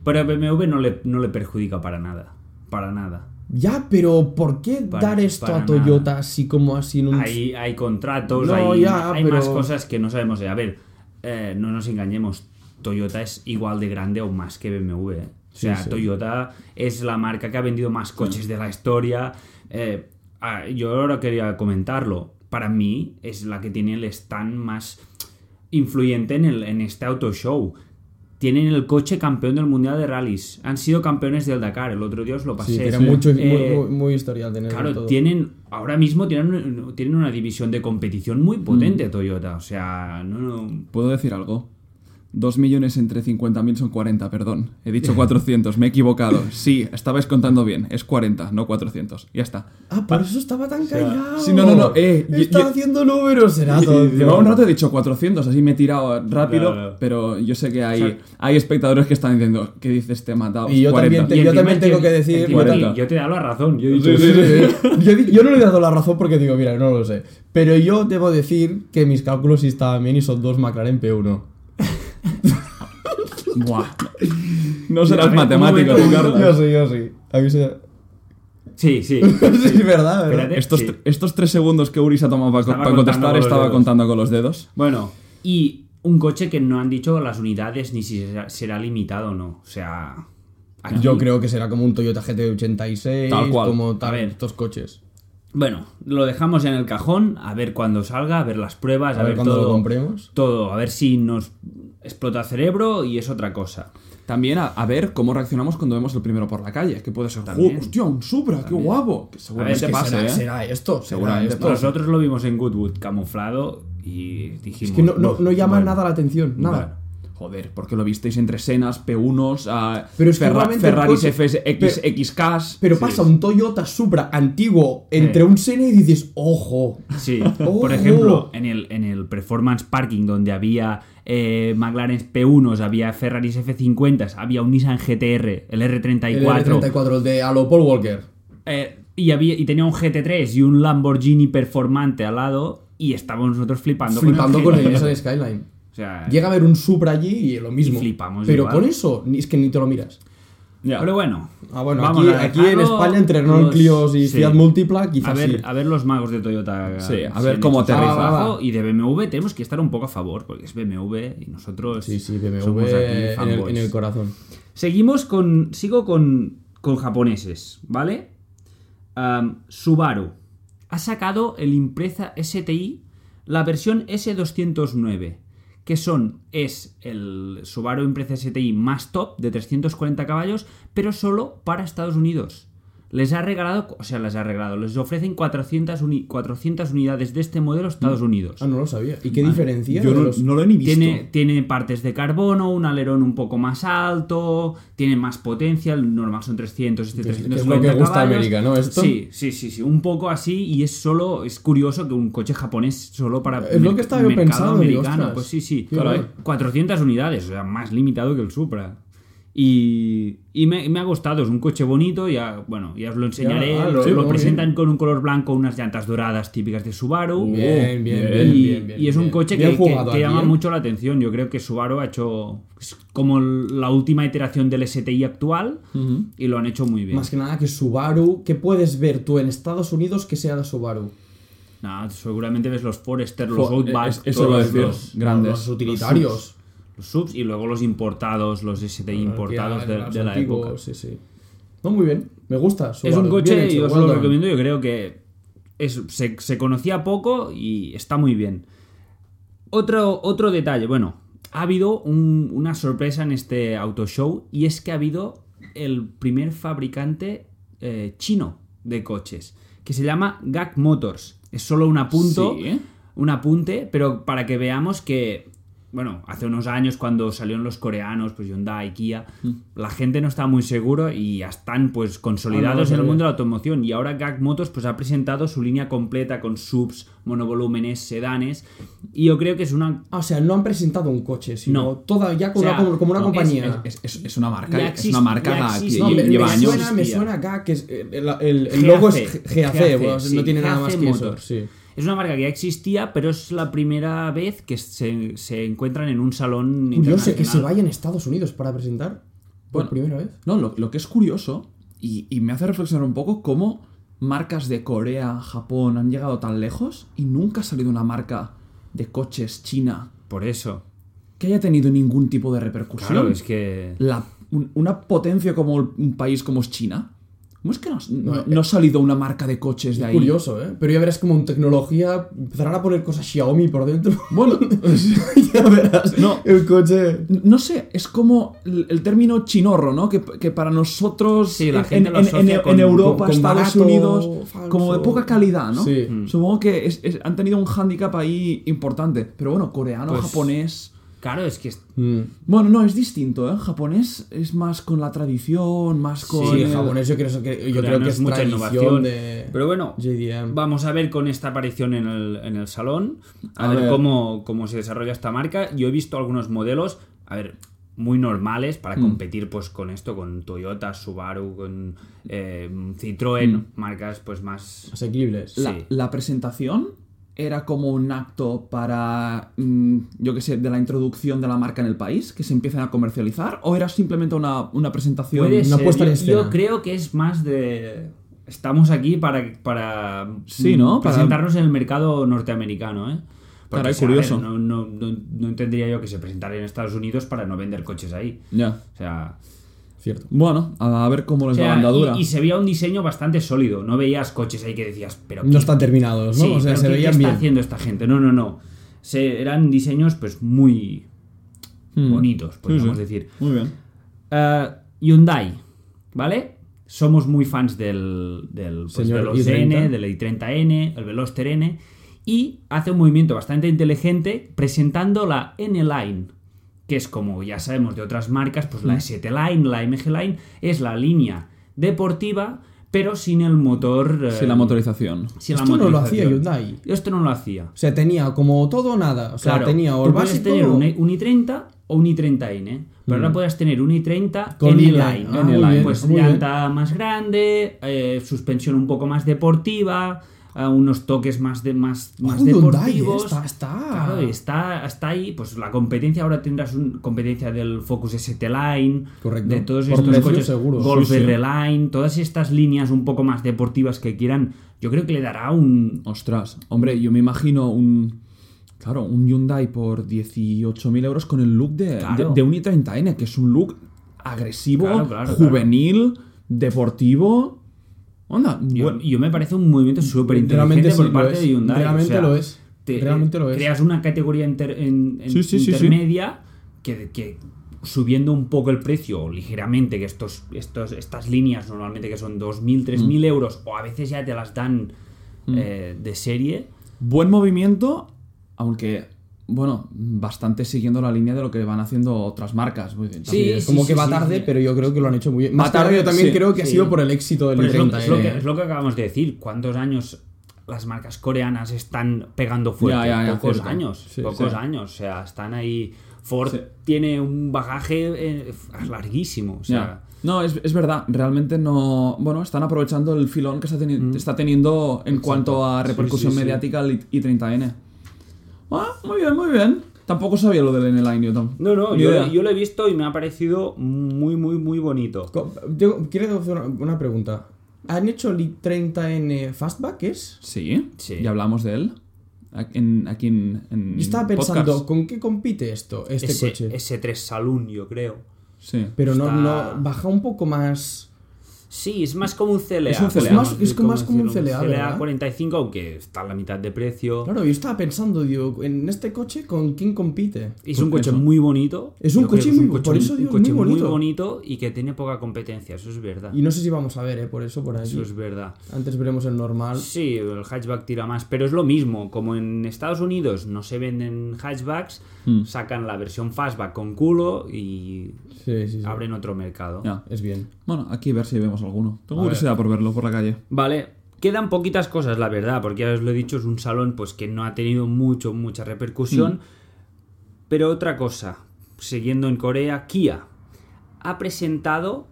S3: Pero a BMW no le, no le perjudica para nada. Para nada.
S2: Ya, pero ¿por qué
S3: Para-
S2: dar esto
S3: para
S2: a Toyota
S3: nada.
S2: así como así en un...
S3: Hay, hay contratos,
S2: No,
S3: hay,
S2: ya,
S3: hay
S2: pero-
S3: más cosas que no sabemos. de- A ver, eh, no nos engañemos. Toyota es igual de grande o más que BMW. ¿eh? O sea,
S2: Sí, sí.
S3: Toyota es la marca que ha vendido más coches de la historia. Eh, ah, yo ahora quería comentarlo. Para mí es la que tiene el stand más influyente en, el, en este auto show. Tienen el coche campeón del Mundial de Rallys. Han sido campeones del Dakar. El otro día os lo pasé.
S2: Sí, que era mucho, muy-
S3: Eh,
S2: muy, muy historial tener
S3: Claro,
S2: todo.
S3: tienen ahora mismo tienen, tienen una división de competición muy potente
S2: Mm.
S3: Toyota, o sea, no, no-
S1: ¿Puedo decir algo? 2 millones entre 50.000 son 40, perdón. He dicho 400, me he equivocado. Sí, estabais contando bien. Es 40, no 400. Ya está.
S2: Ah, por eso estaba tan callado.
S1: sí, no, no, no, eh, yo-
S2: Estaba
S1: yo-
S2: haciendo números, será todo.
S1: Llevaba un rato he dicho 400, así me he tirado rápido,
S3: Claro.
S1: pero yo sé que hay,
S3: O sea-
S1: hay espectadores que están diciendo, ¿qué dices te he matado?
S2: Y yo también te-
S3: Y
S2: yo
S3: encima
S2: también
S3: es
S2: tengo que decir-
S3: encima
S1: Cuarenta.
S3: yo te- yo te he dado la razón, yo he dicho,
S2: Sí, sí, sí. Yo, di- yo no le he dado la razón porque digo, mira, no lo sé. Pero yo debo decir que mis cálculos sí estaban bien y son dos McLaren P1.
S1: Buah. No serás
S3: un
S1: matemático,
S3: momento, un
S1: Ricardo.
S2: Yo sí, yo sí. A mí se...
S3: sí, sí.
S2: sí, verdad, verdad.
S3: Espérate.
S1: Estos,
S3: Sí.
S1: tre- estos tres segundos que Uri se ha tomado para, co-
S3: Estaba
S1: para contestar
S3: contando con los
S1: estaba
S3: dedos.
S1: contando con los dedos.
S3: Bueno, y un coche que no han dicho las unidades ni si será, será limitado o no, o sea, aquí-
S2: Yo creo que será como un Toyota GT86,
S1: Tal cual.
S2: como tal,
S3: A ver.
S2: estos coches.
S3: Bueno, lo dejamos en el cajón, a ver cuándo salga, a ver las pruebas,
S2: A,
S3: a,
S2: ver cuando
S3: todo,
S2: lo compremos.
S3: todo, a ver si nos explota cerebro y es otra cosa.
S1: También a, a ver cómo reaccionamos cuando vemos el primero por la calle, que puede ser,
S3: También.
S1: "Oh, hostia, un Supra, qué guapo. Que seguramente
S3: A ver, es que
S1: pase,
S2: será,
S1: ¿eh?
S2: Pues será esto, será
S1: Seguramente
S2: esto.
S3: Nosotros lo vimos en Goodwood camuflado y
S2: Es
S3: dijimos
S2: que no, no, no llama
S3: bueno,
S2: nada la atención, nada.
S3: bueno.
S1: Joder, ¿por qué lo visteis entre Senas, P1s, ah,
S2: Pero es que
S1: Ferra-
S2: igualmente el
S1: Ferraris
S2: coche-
S1: FS, X,
S2: pero-
S1: XKs?
S2: Pero
S1: Sí.
S2: pasa un Toyota Supra antiguo entre
S3: Eh.
S2: un Sena y dices, ojo.
S3: Sí,
S2: ¡Ojo!
S3: por ejemplo, en el, en el Performance Parking, donde había eh, McLaren P1s, había Ferraris F50s, había un Nissan GTR, el
S2: El
S3: R34,
S2: R34, el de a lo Paul Walker.
S3: eh, y, había, y tenía un GT3 y un Lamborghini Performante al lado, y estábamos nosotros flipando,
S2: flipando con
S3: GTR.
S2: el Nissan Skyline.
S3: O sea,
S2: Llega a ver un Supra allí y lo mismo.
S3: Y flipamos
S2: Pero
S3: igual.
S2: con eso, ni- es que ni te lo miras.
S1: Ya.
S3: pero bueno.
S2: Ah, bueno,
S3: vamos
S2: aquí,
S3: a
S2: aquí en
S3: dejarlo,
S2: España entre Renault
S3: los-
S2: Clios y
S3: sí.
S2: Fiat Multipla quizás
S3: A ver,
S2: sí.
S3: a ver los magos de Toyota.
S1: Sí, a
S3: si
S1: ver
S3: han
S1: cómo
S3: hecho su
S1: aterriza.
S3: trabajo.
S2: Ah, va.
S3: Y de BMW tenemos que estar un poco a favor, porque es BMW y nosotros
S2: Sí, sí, BMW
S3: somos aquí
S2: en el,
S3: fanboys.
S2: en el corazón.
S3: Seguimos con. Sigo con, con japoneses, ¿vale? Am, Subaru ha sacado el Impreza STI, la versión S209, que son. Es el Subaru Impreza STI más top de 340 caballos, pero solo para Estados Unidos. Les ha regalado, o sea, les ha regalado, les ofrecen 400, uni- 400 unidades de este modelo a Estados Unidos.
S2: Ah, no lo sabía. ¿Y qué diferencia?
S1: Yo
S2: de
S1: no,
S2: los-
S1: no lo he ni visto.
S3: Tiene, tiene partes de carbono, un alerón un poco más alto, tiene más potencia, el normal son 300, este
S2: Que es- que es
S3: 350
S2: lo que gusta a
S3: caballos.
S2: América, ¿no? Esto.
S3: Sí, sí, sí, sí, un poco así y es solo, es curioso que un coche japonés solo para
S2: Es lo que estaba yo
S3: mercado
S2: pensando, digo,
S3: americano,
S2: ostras,
S3: pues sí, sí,
S2: qué
S3: claro,
S2: guay.
S3: ¿eh? 400 unidades, o sea, más limitado que el Supra. Y, y me, me ha gustado, es un coche bonito, ya, bueno, ya os lo enseñaré,
S2: ah,
S3: lo,
S2: lo-
S3: lo
S2: sí,
S3: presentan con un color blanco, unas llantas doradas típicas de Subaru Uh,
S2: Bien, bien,
S1: Bien.
S2: bien,
S3: y,
S2: bien, bien,
S3: y es un
S2: bien.
S3: coche
S2: Bien
S3: que, que-
S2: jugado
S3: que
S2: aquí,
S3: llama
S2: ¿eh?
S3: mucho la atención. Yo creo que Subaru ha hecho es como la última iteración del STI actual y lo han hecho muy bien.
S2: Más que nada que Subaru, ¿qué puedes ver tú en Estados Unidos que sea de Subaru?
S3: Nada, seguramente ves los Forester, los
S1: Fo-
S3: Outback,
S1: es- eso lo
S3: todos
S1: decía.
S3: los,
S1: Grandes.
S2: Los utilitarios.
S3: los subs y luego los importados, los STI importados
S2: Porque
S3: de,
S2: eran
S3: de la
S2: los antiguos,
S3: época.
S2: Sí, sí. No, muy bien. Me gusta.
S3: Es
S2: Subaru.
S3: un
S2: Bien
S3: coche,
S2: hecho,
S3: yo os
S2: well
S3: lo
S2: done.
S3: recomiendo, yo creo que es- se, se conocía poco y está muy bien. Otro, otro detalle, bueno, ha habido un- una sorpresa en este auto show y es que ha habido el primer fabricante eh, chino de coches, que se llama GAC Motors. Es solo un apunto,
S1: Sí.
S3: un apunte, pero para que veamos que, bueno, hace unos años cuando salieron los coreanos, pues Hyundai, Kia,
S2: Mm.
S3: la gente no estaba muy seguro y ya están pues
S2: Ah,
S3: consolidados
S2: no,
S3: en el
S2: no,
S3: mundo de la automoción y ahora GAC Motos pues ha presentado su línea completa con subs, monovolúmenes, sedanes y yo creo que es una
S2: Ah, o sea, no han presentado un coche, sino
S3: No.
S2: toda ya con
S3: O sea,
S2: una- como, como una
S3: no, es-
S2: compañía.
S1: Es, es- es una marca,
S3: Ya
S1: es una
S3: exist-
S1: marca
S3: ya
S1: que
S3: existe.
S2: No,
S1: lle-
S2: me,
S1: lleva
S2: me
S1: años.
S2: Suena, me
S3: existía.
S2: suena acá que es- eh, el, el- el logo es
S3: GAC,
S2: GAC, bueno,
S3: sí,
S2: no tiene nada
S3: GAC
S2: más que
S3: Motor.
S2: eso. Sí.
S3: Es una marca que ya existía, pero es la primera vez que se, se encuentran en un salón
S2: Curioso que se
S3: internacional.
S2: vayan a Estados Unidos para presentar
S1: Bueno.
S2: por primera vez.
S1: No, lo, lo que es curioso y, y me hace reflexionar un poco cómo marcas de Corea, Japón han llegado tan lejos y nunca ha salido una marca de coches china
S3: Por eso.
S1: que haya tenido ningún tipo de repercusión.
S3: Claro, es que...
S1: La- un- una potencia como el- un país como es China. ¿Cómo es que no, has- no-
S2: No, eh,
S1: no ha salido una marca de coches de ahí?
S2: Curioso, ¿eh? Pero ya verás como en tecnología empezarán a poner cosas Xiaomi por dentro.
S1: Bueno,
S2: ya verás.
S1: No.
S2: El coche.
S1: No sé, es como el, el término chinorro, ¿no? Que, que para nosotros
S3: Sí, la
S1: en-
S3: gente
S1: en,
S3: lo
S1: en-
S3: asocia
S1: en-
S3: con-
S1: en Europa,
S2: con- con
S1: Estados
S2: barato,
S1: Unidos,
S2: falso.
S1: como de poca calidad, ¿no?
S2: Sí.
S1: Supongo que es- es- han tenido un hándicap ahí importante. Pero bueno, coreano,
S3: Pues-
S1: japonés.
S3: Claro, es que... es-
S2: Mm.
S1: Bueno, no, es distinto, ¿eh? Japonés es más con la tradición, más con.
S2: Sí,
S1: el-
S2: el japonés yo creo que, yo
S3: Coreano
S2: creo que
S3: es
S2: es,
S3: mucha
S2: tradición
S3: innovación.
S2: de
S3: Pero bueno,
S2: JDM.
S3: Vamos a ver con esta aparición en el, en el salón, a,
S1: A
S3: ver,
S1: ver.
S3: Cómo, cómo se desarrolla esta marca. Yo he visto algunos modelos, a ver, muy normales para competir pues con esto, con Toyota, Subaru, con eh, Citroën, marcas pues más...
S2: asequibles.
S1: La,
S3: Sí.
S1: la presentación era como un acto para, mm, yo qué sé, de la introducción de la marca en el país, que se empiezan a comercializar, o era simplemente una, una presentación.
S3: Puede
S2: una
S3: ser,
S2: puesta en
S3: yo- yo,
S2: escena.
S3: creo que es más de... Estamos aquí para, para
S1: Sí, ¿no? Para-
S3: presentarnos en el mercado norteamericano, ¿eh? Porque,
S1: Caray,
S3: o sea, a
S1: curioso.
S3: ver, no, no, no, no entendería yo que se presentara en Estados Unidos para no vender coches ahí.
S1: Ya.
S3: O sea,
S2: Cierto.
S1: Bueno, a ver cómo les
S3: O sea,
S1: va la andadura.
S3: y, y se veía un diseño bastante sólido. No veías coches ahí que decías, pero. ¿qué-
S2: No están terminados, ¿no?
S3: sí,
S2: o sea,
S3: pero
S2: se
S3: ¿qué-
S2: veían
S3: ¿qué
S2: bien.
S3: está haciendo esta gente? No, no, no. Se, eran diseños, pues, muy
S1: Hmm.
S3: bonitos, podríamos
S1: sí.
S3: decir.
S1: Muy bien.
S3: Eh, Hyundai, ¿vale? Somos muy fans del, del pues,
S2: Señor
S3: Veloz
S2: i30.
S3: N, del i30N, el Veloster N, y hace un movimiento bastante inteligente presentando la N-Line, que es como ya sabemos de otras marcas, pues
S2: Mm.
S3: la S7 Line, la MG Line, es la línea deportiva, pero sin el motor. eh,
S1: Sí, la motorización.
S3: sin la
S2: Esto no lo
S3: motorización.
S2: hacía Hyundai.
S3: Esto no lo hacía.
S2: O sea, tenía como todo o nada. O sea,
S3: Claro,
S2: tenía o
S3: tú
S2: el
S3: puedes
S2: básico.
S3: tener un, i- un i30 o un i30N, ¿eh? pero ahora puedes tener un i30
S2: Mm. Con
S3: N-Line.
S2: i-Line,
S1: ah, muy bien,
S3: pues
S2: muy
S3: llanta más grande, eh, suspensión un poco más deportiva, eh, unos toques más, de, más,
S2: Ojo,
S3: más
S2: Hyundai, eh,
S3: deportivos.
S2: está, está.
S3: Claro, está, está ahí, pues la competencia, ahora tendrás un, competencia del Focus ST Line,
S2: Correcto.
S3: de todos
S2: Por
S3: estos
S2: precio,
S3: coches,
S2: seguro.
S3: Golf
S1: Sí, sí.
S3: R Line, todas estas líneas un poco más deportivas que quieran, yo creo que le dará un...
S1: Ostras, hombre, yo me imagino un. Claro, un Hyundai por 18.000 euros con el look de,
S3: Claro.
S1: de, de un i30N, que es un look agresivo,
S3: Claro, claro,
S1: juvenil, deportivo. Onda,
S3: Yo,
S1: bueno,
S3: yo me parece un movimiento súper
S2: Realmente
S3: inteligente
S2: sí
S3: por
S2: lo
S3: parte
S2: es.
S3: de Hyundai. o
S2: Realmente
S3: sea,
S2: lo es.
S3: te- eh,
S2: Realmente lo es.
S3: Creas una categoría inter- en- en-
S1: Sí, sí, sí, sí.
S3: intermedia Que, que subiendo un poco el precio o ligeramente, que estos, estos, estas líneas normalmente que son 2.000,
S2: Mm.
S3: 3.000 euros o a veces ya te las dan eh, de serie.
S1: buen movimiento, aunque, bueno, bastante siguiendo la línea de lo que van haciendo otras marcas. Muy bien, también.
S3: Sí,
S2: Como
S3: sí,
S2: que va
S3: sí,
S2: tarde,
S3: sí.
S2: pero yo creo que lo han hecho muy bien.
S1: Va
S2: Más tarde,
S1: tarde,
S2: yo también
S1: sí,
S2: creo que ha
S3: sí.
S2: sido por el éxito del
S3: Pero es, lo,
S2: 30.
S3: es lo que,
S2: eh.
S3: es lo que acabamos de decir. ¿Cuántos años las marcas coreanas están pegando fuerte?
S1: Ya, ya, ya,
S3: pocos
S1: cierto.
S3: años,
S1: Sí,
S3: pocos
S1: sí.
S3: años. O sea, están ahí. Ford
S1: Sí.
S3: tiene un bagaje eh, f- larguísimo. O sea,
S1: Ya. No, es, es verdad, realmente no. Bueno, están aprovechando el filón que está, teni- está teniendo en cuanto a repercusión
S2: Mm. sí, sí.
S1: mediática el I- I30N. Ah, muy bien, muy bien. Tampoco sabía lo del N-Line, yo tampoco.
S3: No, no,
S1: Ni
S3: yo,
S1: idea.
S3: yo lo he visto y me ha parecido muy, muy, muy bonito.
S2: Co- Yo quiero hacer una- una pregunta. ¿Han hecho el 30N eh, Fastback? ¿Es?
S1: Sí,
S3: Sí.
S1: ya hablamos de él. a- en- aquí en. en
S2: Yo estaba pensando,
S1: podcast.
S2: ¿con qué compite esto, este
S3: Mm, Ese,
S2: coche?
S3: S3 Saloon, yo creo.
S1: Sí.
S2: Pero no,
S3: está-
S2: no, baja un poco más.
S3: Sí, es más como un CLA.
S1: Es un CLA.
S3: podríamos
S2: Es más-
S3: decir,
S2: es como- más como un
S3: decirlo,
S2: CLA,
S3: CLA
S2: ¿verdad?
S3: 45, aunque está a la mitad de precio.
S2: Claro, yo estaba pensando, digo, en este coche, ¿con quién compite?
S3: Es un
S1: Por
S3: coche
S1: eso.
S3: muy bonito.
S2: Es un
S3: Yo creo
S2: coche
S3: que
S2: muy- por eso digo,
S3: coche
S2: muy bonito.
S3: y que tiene poca competencia, eso es verdad.
S2: Y no sé si vamos a ver, ¿eh? Por eso, por
S3: Eso
S2: ahí.
S3: es verdad.
S2: Antes veremos el normal.
S3: Sí, el hatchback tira más, pero es lo mismo. Como en Estados Unidos no se venden hatchbacks,
S2: Hmm.
S3: sacan la versión fastback con culo y
S2: Sí, sí, sí.
S3: abren otro mercado.
S1: Ya.
S2: Es bien.
S1: Bueno, aquí a ver si vemos alguno. Tengo
S2: A ver.
S1: curiosidad por verlo por la calle.
S3: Vale, quedan poquitas cosas, la verdad, porque ya os lo he dicho, es un salón pues que no ha tenido mucho, mucha repercusión.
S2: Mm.
S3: Pero otra cosa, siguiendo en Corea, Kia ha presentado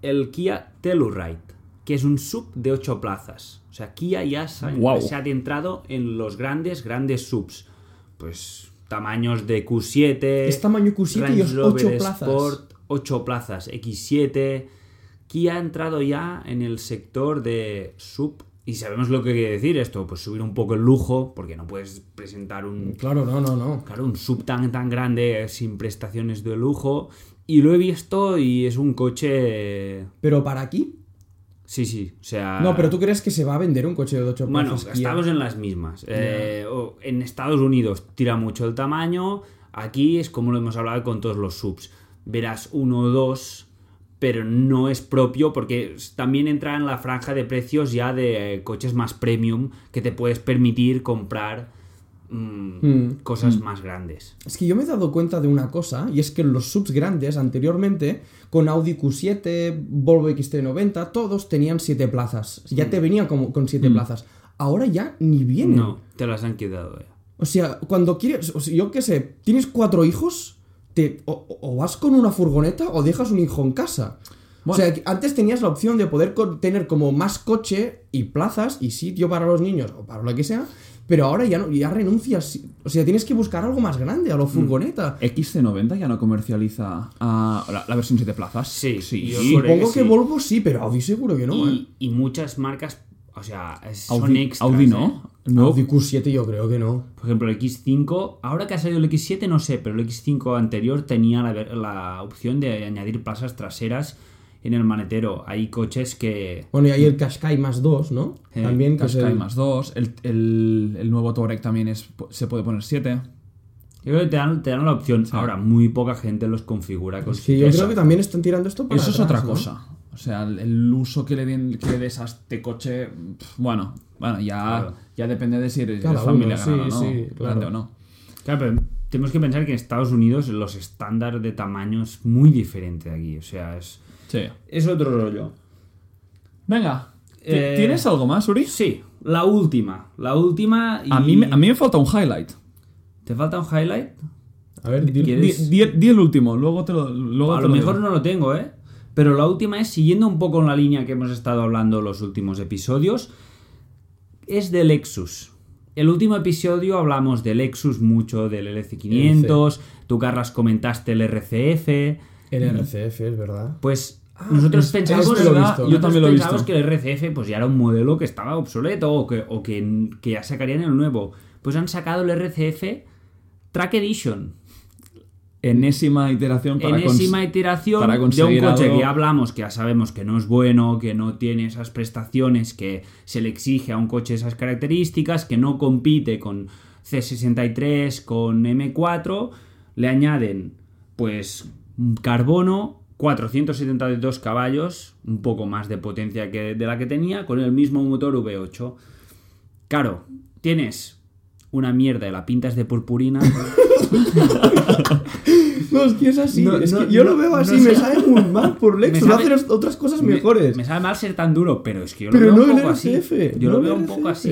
S3: el Kia Telluride, que es un sub de 8 plazas. O sea, Kia ya se ha,
S1: Guau.
S3: se ha adentrado en los grandes, grandes subs. Pues tamaños de Q7,
S2: Es tamaño Q7 y
S3: Range
S2: es
S3: Rover
S2: 8 plazas.
S3: Sport, 8 plazas, X7. Kia ha entrado ya en el sector de sub. Y sabemos lo que quiere decir esto, pues subir un poco el lujo, porque no puedes presentar un,
S2: Claro, no, no, no.
S3: claro, un sub tan, tan grande eh, sin prestaciones de lujo. Y lo he visto y es un coche...
S2: Pero para aquí.
S3: Sí, sí, o sea...
S2: No, pero tú crees que se va a vender un coche de 8
S3: Ah. Bueno,
S2: plazas. Kia?
S3: estamos en las mismas. Eh, o- en Estados Unidos tira mucho el tamaño. Aquí es como lo hemos hablado con todos los subs. Verás uno o dos, pero no es propio porque es- también entra en la franja de precios ya de eh, coches más premium que te puedes permitir comprar mm,
S2: Mm.
S3: cosas más grandes.
S2: Es que yo me he dado cuenta de una cosa, y es que los subs grandes anteriormente, con Audi Q7, Volvo XT90, todos tenían 7 plazas. Ya te venían como con 7 plazas. Ahora ya ni vienen.
S3: No, te las han quedado. eh.
S2: O sea, cuando quieres, o sea, yo qué sé, tienes cuatro hijos, te, o, o vas con una furgoneta o dejas un hijo en casa. O
S1: Bueno.
S2: sea, que antes tenías la opción de poder con- tener como más coche y plazas y sitio para los niños o para lo que sea, pero ahora ya no, ya renuncias. O sea, tienes que buscar algo más grande, a lo furgoneta.
S1: XC90 ya no comercializa ah, la, la versión 7 plazas.
S3: Sí,
S1: sí.
S3: yo
S1: sí.
S3: creo
S2: Supongo que,
S3: sí.
S2: Volvo sí, pero Audi seguro que no, ¿eh?
S3: Y, y muchas marcas, o sea, son
S1: Audi,
S3: extras,
S1: Audi
S3: eh.
S1: no. No,
S2: Audi Q7 yo creo que no.
S3: Por ejemplo, el X5, ahora que ha salido el X7 no sé, pero el X5 anterior tenía la, ver- la opción de añadir plazas traseras en el manetero. Hay coches que...
S2: Bueno, y ahí el Qashqai más 2, ¿no?
S3: Eh,
S2: También que es
S1: Qashqai
S2: el-
S1: más 2. El, el- el nuevo Touareg también es, se puede poner 7.
S3: Yo creo que te dan, te dan la opción. Ahora, muy poca gente los configura con...
S2: Sí, yo creo que también están tirando esto para
S1: Eso es
S2: atrás,
S1: otra
S2: ¿no?
S1: cosa. O sea, el, el uso que le, den, que le des a este coche, pf, bueno, bueno ya,
S3: Claro.
S1: ya depende de si eres
S2: Cada
S1: familia
S2: uno,
S1: grande o
S2: sí,
S1: no.
S2: sí, claro.
S1: grande o no.
S3: Claro, pero tenemos que pensar que en Estados Unidos los estándares de tamaño es muy diferente de aquí. O sea, es,
S1: Sí.
S3: es otro rollo.
S1: Venga. ¿ti-
S3: Eh,
S1: ¿Tienes algo más, Uri?
S3: Sí, la última. La última. y-
S1: A, mí, me- a mí me falta un highlight.
S3: ¿Te falta un highlight?
S2: A ver,
S1: Di,
S2: dilo.
S3: ¿Quieres?
S1: di- di el último, luego te lo. Luego
S3: a
S1: te
S3: lo
S1: lo
S3: mejor
S1: digo.
S3: no lo tengo, ¿eh? Pero la última es, siguiendo un poco en la línea que hemos estado hablando los últimos episodios, es de Lexus. El último episodio hablamos de Lexus mucho, del LC500, tú Carras comentaste el RCF,
S2: El RCF, es verdad.
S3: pues nosotros
S2: Ah, es-
S3: pensábamos,
S2: este lo he
S3: ¿verdad?
S2: visto.
S1: Yo también lo he
S3: pensábamos
S1: visto.
S3: que el RCF pues ya era un modelo que estaba obsoleto o que, o que, que ya sacarían el nuevo. Pues han sacado el RCF Track Edition
S1: Enésima iteración para cons-
S3: enésima iteración
S1: para
S3: de un
S1: conseguir
S3: coche
S1: algo.
S3: que ya hablamos, que ya sabemos que no es bueno, que no tiene esas prestaciones que se le exige a un coche esas características, que no compite con C63, con M4, le añaden pues carbono, 472 caballos, un poco más de potencia que de la que tenía, con el mismo motor V8. Claro, tienes una mierda y la pintas de purpurina.
S2: No, es que es así.
S3: No,
S2: es
S3: no,
S2: que yo
S3: no,
S2: lo veo
S3: no
S2: así.
S3: sé.
S2: me sale muy mal por Lexus.
S3: Me sabe-
S2: hacen otras cosas
S3: Me-
S2: mejores.
S3: Me, sabe mal ser tan duro, pero es que yo lo
S2: pero
S3: veo
S2: no
S3: un
S2: el
S3: poco así.
S2: RCF.
S3: Yo
S2: no
S3: lo veo
S2: el
S3: un poco
S2: RCF.
S3: así.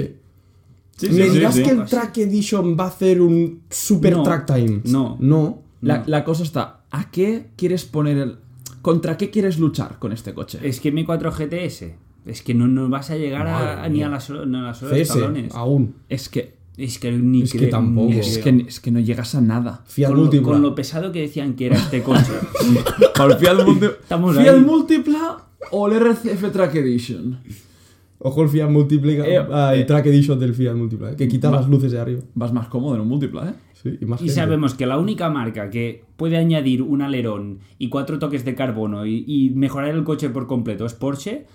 S2: ¿Me
S3: sí,
S2: dirás
S3: sí.
S2: que el Track Edition va a hacer un super
S3: No,
S2: track time?
S3: no.
S2: No.
S1: La,
S3: No.
S1: la cosa está, ¿a qué quieres poner el... ¿Contra qué quieres luchar con este coche?
S3: Es que M4 GTS. Es que no, no vas a llegar a,
S2: Madre
S3: ni
S2: mía.
S3: a las horas no a las horas de
S2: CS,
S3: talones.
S2: aún.
S1: Es que...
S3: Es que ni
S2: Es que
S3: creo-
S2: tampoco.
S3: ni
S1: Es
S3: creo.
S1: que, es que no llegas a nada.
S2: Fiat
S3: con, lo,
S2: Multipla.
S3: con lo pesado que decían que era este coche.
S1: Para el Fiat Multi-
S3: Estamos
S1: Fiat
S3: ahí.
S1: Multipla o el RCF Track Edition.
S2: Ojo el Fiat Multipla.
S1: Eh,
S2: ah, el Track Edition del Fiat Multipla. Que quita las luces de arriba.
S1: Vas más cómodo en un Multipla, ¿eh?
S2: Sí, y más
S3: y
S2: gente.
S3: sabemos que la única marca que puede añadir un alerón y cuatro toques de carbono y, y mejorar el coche por completo es Porsche.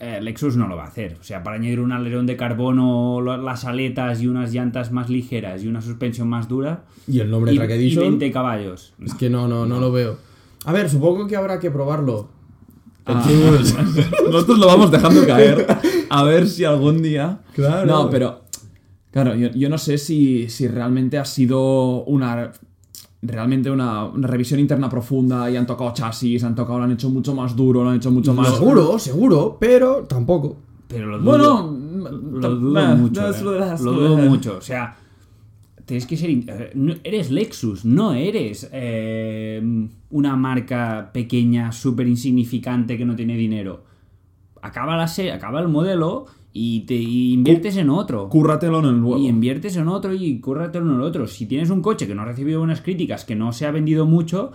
S3: eh, Lexus no lo va a hacer. O sea, para añadir un alerón de carbono, lo- las aletas y unas llantas más ligeras y una suspensión más dura.
S2: Y el nombre
S3: Y,
S2: Track
S3: y
S2: Edition.
S3: 20 caballos.
S2: Es que no, no, no lo veo. A ver, supongo que habrá que probarlo. pues,
S1: Ah, nosotros lo vamos dejando caer. A ver si algún día.
S2: Claro.
S1: No, pero. Claro, yo, yo no sé si, si realmente ha sido una. Realmente una, una revisión interna profunda y han tocado chasis, han tocado, lo han hecho mucho más duro, lo han hecho mucho más.
S2: Seguro, seguro, pero tampoco.
S3: Pero lo dudo.
S1: Bueno,
S3: lo dudo mucho. eh. Lo dudo mucho. O sea, tienes que ser. in- eh, no- Eres Lexus, no eres eh, una marca pequeña, súper insignificante que no tiene dinero. Acaba la serie, acaba el modelo y te y inviertes en otro.
S1: Cúrratelo en el
S3: Y
S1: huevo.
S3: inviertes en otro y córratelo en el otro. Si tienes un coche que no ha recibido buenas críticas, que no se ha vendido mucho,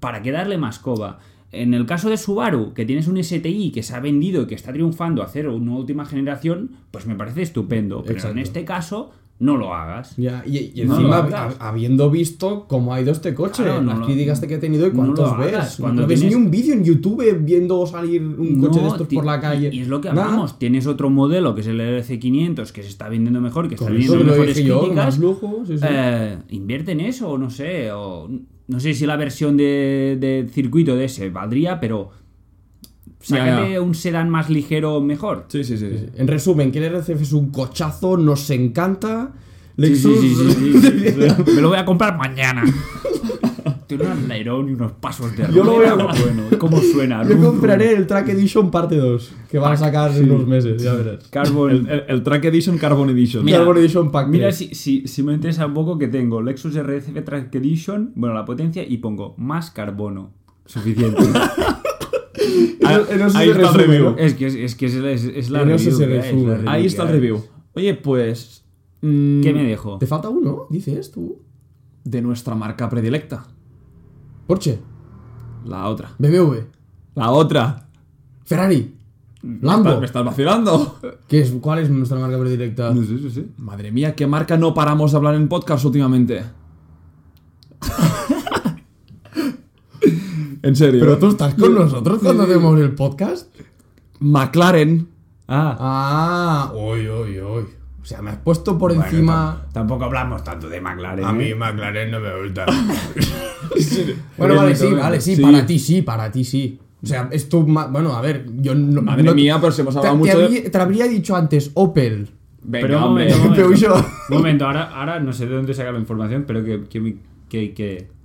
S3: ¿para qué darle más coba? En el caso de Subaru, que tienes un STI que se ha vendido y que está triunfando a hacer una última generación, pues me parece estupendo. Pero
S2: Exacto.
S3: en este caso, no lo hagas.
S2: Ya, y, y
S3: No
S2: encima,
S3: lo hagas.
S2: ha- habiendo visto cómo ha ido este coche,
S3: Claro, no
S2: las
S3: lo-
S2: críticas que he tenido y
S3: no
S2: cuántos
S3: lo
S2: ves.
S3: hagas. Cuando
S2: no ves
S3: tienes-
S2: ni un vídeo en YouTube viendo salir un coche
S3: No,
S2: de estos
S3: ti-
S2: por la calle.
S3: Y es lo que
S2: Nada.
S3: hablamos. Tienes otro modelo que es el LC500 que se está vendiendo mejor, que está
S2: Con eso
S3: vendiendo
S2: te lo
S3: mejores
S2: dije yo, con
S3: críticas.
S2: más lujo, sí, sí.
S3: Eh, invierte en eso, o no sé, o no sé si la versión de, de circuito de ese valdría, pero sácate
S1: Ya, ya.
S3: un sedán más ligero mejor.
S1: Sí, sí, sí. sí.
S2: En resumen, que el RCF es un cochazo, nos encanta.
S3: Sí, sí,
S2: Lexus.
S3: sí, sí, sí, sí, sí. Me lo voy a comprar mañana. Tiene un alerón y unos pasos de
S2: Yo lo voy a
S3: rueda,
S2: comp-
S3: bueno, ¿Cómo suena?
S2: Yo
S3: Rum, rum.
S2: compraré el Track Edition parte 2, que van a sacar en unos meses, ya verás.
S3: Carbon. eh.
S1: El, el- el Track Edition, Carbon Edition.
S3: Mira,
S2: Carbon Edition Pack
S3: Mira,
S2: 3.
S3: si, si, si me interesa un poco que tengo Lexus RCF Track Edition, bueno, la potencia, y pongo más carbono. Suficiente.
S1: Ah,
S2: En eso
S1: ahí está
S2: se
S1: el
S2: resume,
S1: review.
S2: ¿no?
S3: es que es, es que es, la- es- es la
S2: En eso
S3: review
S2: se
S3: que hay, es la
S2: resume.
S3: review
S1: Ahí está
S3: que
S1: el
S3: hay.
S1: review. Oye, pues. mm,
S3: ¿Qué me dejo?
S2: ¿Te falta uno? Dices tú.
S1: De nuestra marca predilecta.
S2: Porsche,
S1: La otra.
S2: BMW,
S1: La otra. Oh.
S2: Ferrari,
S3: Mm,
S2: Lambo.
S1: Pues, ¿Me estás vacilando?
S2: ¿Qué es, ¿Cuál es nuestra marca predilecta?
S3: sé, sí, sí.
S1: Madre mía, qué marca no paramos de hablar en podcast últimamente. en serio.
S2: Pero tú estás con nosotros cuando hacemos el podcast.
S1: McLaren.
S3: Ah,
S2: Ah, uy, uy, uy. O sea, me has puesto por encima.
S3: Tampoco hablamos tanto de McLaren. ¿eh?
S2: McLaren no me gusta.
S1: Pero
S2: bueno,
S1: es
S2: vale,
S1: muy
S2: sí,
S1: bueno.
S2: vale, sí,
S1: Sí.
S2: para ti sí, para ti sí. O sea, es tu. ma- Bueno, a ver, yo no.
S1: Madre
S2: no-
S1: mía, pero si hemos
S2: Te,
S1: hablado
S2: te
S1: mucho de-
S2: habría, te habría dicho antes Opel.
S1: Venga,
S3: pero un
S1: hombre.
S3: momento, un momento.
S4: Peugeot.
S3: Un momento, ahora, ahora no sé de dónde sacar la información, pero que, que, que- que-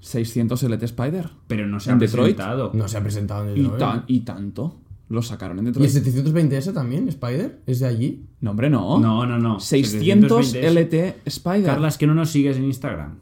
S1: 600 LT Spider.
S3: pero no se ha
S1: ¿En Detroit?
S3: presentado.
S2: No se ha presentado en
S1: Y,
S2: Detroit.
S1: tan- y tanto. Lo sacaron en
S2: ¿Y el
S1: Detroit.
S2: 720S también, Spider? ¿Es de allí?
S1: No, hombre, no.
S3: No, no, no.
S1: 600
S3: 720.
S1: LT Spider.
S3: Carla, es que no nos sigues en Instagram.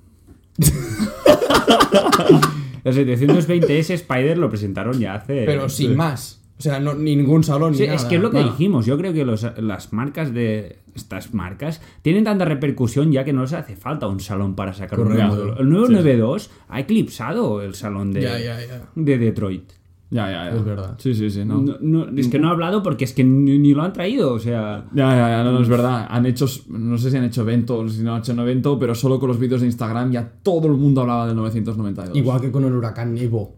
S3: El 720S Spider lo presentaron ya hace.
S2: Pero sin más. O sea, no, ni ningún salón
S3: Sí,
S2: ni nada.
S3: es que es lo que
S2: Bueno,
S3: dijimos. Yo creo que los- las marcas de estas marcas tienen tanta repercusión ya que no les hace falta un salón para sacar un
S2: Correcto.
S3: módulo. El 992 ha eclipsado el salón de,
S2: Ya, ya, ya.
S3: de Detroit.
S1: Ya, ya, ya.
S2: Es verdad.
S1: Sí, sí, sí, no.
S3: No, no, es que no ha hablado porque es que ni, ni lo han traído. O sea,
S1: Ya, ya, ya, no, no, es verdad. Han hecho, no sé si han hecho evento, si no han hecho un evento, pero solo con los vídeos de Instagram ya todo el mundo hablaba del 992.
S2: Igual que con el huracán Evo.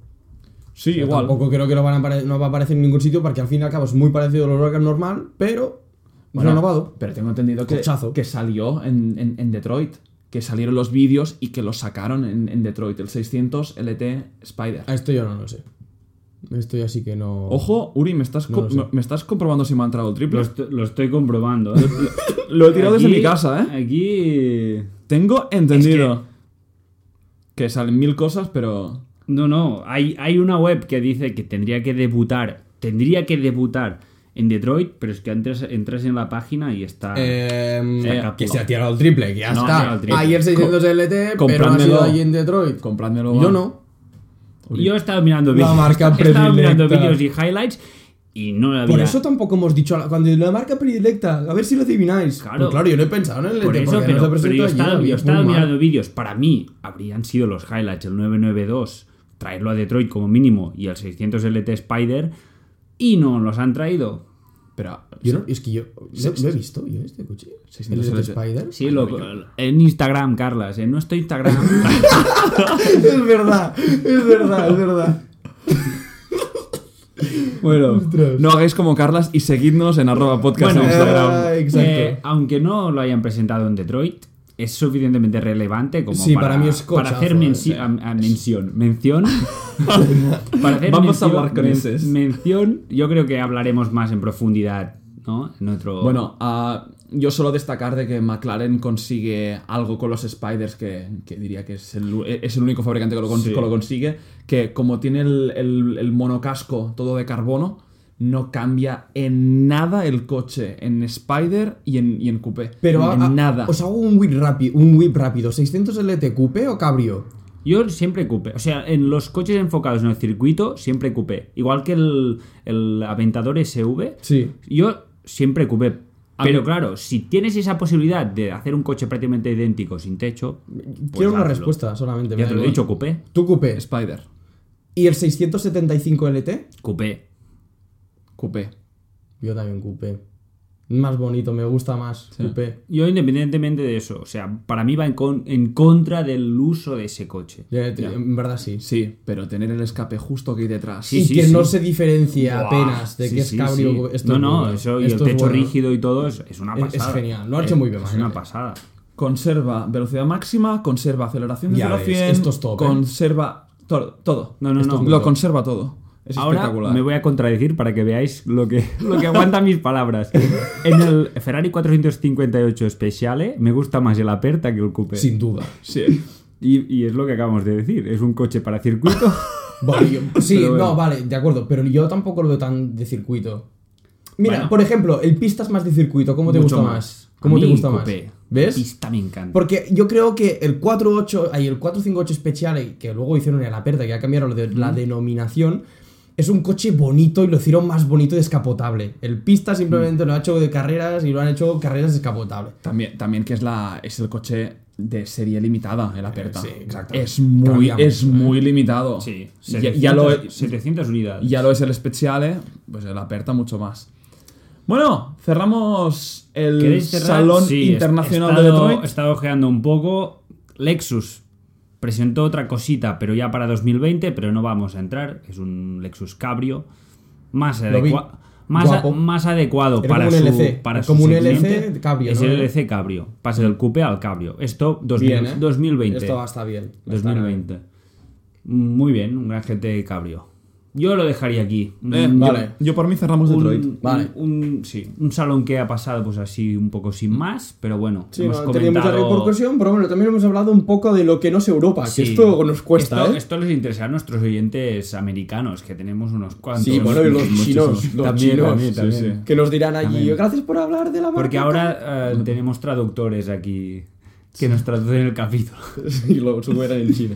S1: Sí, igual.
S2: Tampoco creo que lo van a apare- no va a aparecer en ningún sitio porque al fin y al cabo es muy parecido al huracán normal, pero
S1: Bueno,
S2: renovado.
S1: Pero tengo entendido que,
S2: Cochazo.
S1: que salió en, en- en Detroit. Que salieron los vídeos y que los sacaron en, en Detroit, el 600 LT Spider.
S2: A esto yo no lo sé. Esto ya sí que no.
S1: Ojo, Uri, ¿me estás,
S2: No lo
S1: co-
S2: sé.
S1: me estás comprobando si me ha entrado el triple?
S3: lo, est- lo estoy comprobando. ¿eh?
S1: Lo he tirado desde mi casa, ¿eh?
S3: Aquí.
S1: Tengo entendido. que... salen mil cosas, pero.
S3: No, no. Hay, hay una web que dice que tendría que debutar. Tendría que debutar en Detroit, pero es que entras, entras en la página y está.
S1: Eh,
S2: Em,
S3: Se ha
S2: que
S3: capulado.
S2: se ha tirado el triple, que ya
S3: No, ha
S2: está.
S3: tirado el triple.
S2: Ayer 600 LT, pero ha
S1: comprádmelo.
S2: sido ahí en Detroit.
S1: Comprádmelo.
S2: Yo
S1: va.
S2: no.
S3: Yo he estado mirando
S2: La
S3: vídeos.
S2: marca
S3: he estado mirando
S2: predilecta.
S3: vídeos y highlights y no la había.
S2: Por eso tampoco hemos dicho a la- cuando la marca predilecta, a ver si lo adivináis.
S3: Claro.
S2: Pues claro, yo no he pensado en el
S3: Por
S2: LT
S3: eso,
S2: porque no se
S3: pero, pero
S2: presentó
S3: yo he
S2: ayer, y
S3: estado, yo he
S2: es
S3: estado
S2: muy mal.
S3: mirando vídeos. Para mí, habrían sido los highlights, el 992, traerlo a Detroit como mínimo y el 600 LT Spider, y no los han traído.
S1: Pero.
S2: Yo no- es que yo lo, lo he visto yo este coche.
S1: Sí, sí,
S2: el
S1: no se
S2: LT
S1: le-
S2: Spider.
S3: Sí, lo- en Instagram, Carlas, en nuestro Instagram.
S2: es verdad, es verdad, es verdad.
S1: Bueno,
S2: Ostras.
S1: no hagáis como Carlas y seguidnos en arroba podcast
S3: Bueno,
S1: en Instagram.
S2: Ah, exacto.
S3: Eh, aunque no lo hayan presentado en Detroit, es suficientemente relevante como
S2: Sí,
S3: para,
S2: para mí es
S3: para
S2: cochazo,
S3: hacer
S2: eh.
S3: menci- a- a mención. Mención. para hacer
S1: Vamos a
S3: mención-
S1: hablar con
S3: men-
S1: eses.
S3: Mención, yo creo que hablaremos más en profundidad, ¿no? En otro.
S1: Bueno, ah, yo solo destacar de que McLaren consigue algo con los Spiders que, que diría que es el, u- es el único fabricante que lo, cons-
S3: Sí.
S1: que lo consigue, que como tiene el, el- el monocasco todo de carbono, no cambia en nada el coche en Spider y en, y en Coupé.
S2: Pero ah, a-
S1: en
S2: a-
S1: nada.
S2: Os hago un whip rápido, un whip rápido. 600 LT coupé o cabrio?
S3: Yo siempre coupé. O sea, en los coches enfocados en el circuito, siempre coupé. Igual que el, el Aventador SV,
S2: Sí.
S3: yo siempre coupé.
S1: A
S3: Pero
S1: mí-
S3: claro, si tienes esa posibilidad de hacer un coche prácticamente idéntico sin techo, pues
S2: Quiero una
S3: hazlo.
S2: respuesta solamente. me
S3: ya
S2: da
S3: te lo he
S2: igual.
S3: dicho, coupé.
S2: Tú coupé.
S1: Spider,
S2: ¿Y el 675 LT?
S3: Coupé.
S1: Coupé.
S2: Yo también coupé. Más bonito, me gusta más coupé.
S3: Yo independientemente de eso, o sea, para mí va en, con- en contra del uso de ese coche.
S2: Ya, te- En verdad sí.
S1: Sí, pero tener el escape justo aquí detrás.
S3: Sí,
S2: y
S3: sí,
S2: que
S3: sí.
S2: no se diferencia apenas de
S3: Sí,
S2: que
S3: sí,
S2: es cabrio.
S3: sí.
S2: coupé. Esto
S3: No,
S2: es
S3: no,
S2: bueno.
S3: eso y el
S2: Esto es
S3: techo
S2: bueno.
S3: rígido y todo es, es una
S2: Es- es
S3: pasada.
S2: genial, lo ha hecho muy bien,
S3: Es una
S2: Michael.
S3: pasada.
S1: Conserva velocidad máxima, conserva aceleración de
S2: Ya
S1: 0 a
S2: ves,
S1: 100,
S2: esto es top, ¿eh?
S1: conserva to- todo.
S3: No, no,
S2: Esto
S3: no.
S2: es muy
S1: Lo
S2: top.
S1: conserva todo. Es
S3: Ahora
S1: espectacular.
S3: me voy a contradecir para que veáis lo que, lo que aguantan mis palabras. En el Ferrari 458 Speciale me gusta más el Aperta que el Coupé.
S2: Sin duda.
S1: Sí.
S3: Y, y es lo que acabamos de decir. Es un coche para circuito.
S2: Vale, yo- sí,
S3: Pero bueno.
S2: no, vale, de acuerdo, pero yo tampoco lo veo tan de circuito. Mira,
S3: Bueno.
S2: por ejemplo, el pista es más de circuito, ¿cómo te
S3: Mucho
S2: gusta más? ¿Cómo
S3: A
S2: te
S3: mí,
S2: gusta más?
S3: coupé.
S2: ¿Ves?
S3: Pista me encanta.
S2: Porque yo creo que el 48, ay, el 458 Speciale, eh, que luego hicieron en la perda, que ya cambiaron lo de- la denominación, es un coche bonito y lo hicieron más bonito y descapotable. El pista simplemente lo ha hecho de carreras y lo han hecho carreras descapotable.
S1: También, también que es la es el coche de serie limitada, el Aperta.
S2: sí, exacto.
S1: Es muy,
S2: Cambia
S1: es
S2: mucho,
S1: muy limitado.
S3: ¿eh? Sí,
S1: Ya- Ya, lo,
S3: 700 unidades.
S1: ya lo es el Speciale, pues el Aperta mucho más. Bueno, cerramos el
S3: ¿Queréis cerrar?
S1: Salón
S3: Sí, he-
S1: Internacional
S3: he estado-
S1: de
S3: He
S1: Detroit.
S3: estado ojeando un poco. Lexus presentó otra cosita, pero ya para 2020, pero no vamos a entrar. Es un Lexus cabrio. Más,
S2: vi.
S3: adecua- más, a-
S2: Guapo.
S3: más adecuado
S2: Era
S3: para
S2: como un
S3: su,
S2: LC,
S3: para
S2: como
S3: su
S2: un LC
S3: segmento.
S2: cabrio,
S3: Es
S2: ¿no?
S3: el LC cabrio. Pase del coupé al cabrio. Esto 2000
S2: Bien, ¿eh?
S3: 2020.
S2: Esto va a estar bien. va a estar bien.
S3: 2020. Muy bien, un gran GT cabrio. Yo lo dejaría aquí.
S1: Eh,
S3: Mm,
S5: vale.
S1: yo, yo por mí cerramos
S3: un-
S1: Detroit.
S3: un-
S5: Vale.
S3: un- sí, un salón que ha pasado pues así un poco sin más, pero bueno,
S5: Mm. Sí,
S3: hemos
S5: no,
S3: comentado...
S5: tenía mucha repercusión, pero bueno, también hemos hablado un poco de lo que no es Europa,
S3: Sí.
S5: que esto nos cuesta,
S3: esto,
S5: ¿eh?
S3: esto les interesa a nuestros oyentes americanos, que tenemos unos cuantos.
S5: Sí, bueno, y los chinos, los
S3: También,
S5: chinos,
S3: también,
S5: sí,
S3: también.
S1: sí.
S5: Que nos dirán allí,
S3: También.
S5: gracias por hablar de la
S3: Porque
S5: marca".
S3: ahora eh, tenemos traductores aquí que nos traducen el capítulo.
S5: y lo superan en China.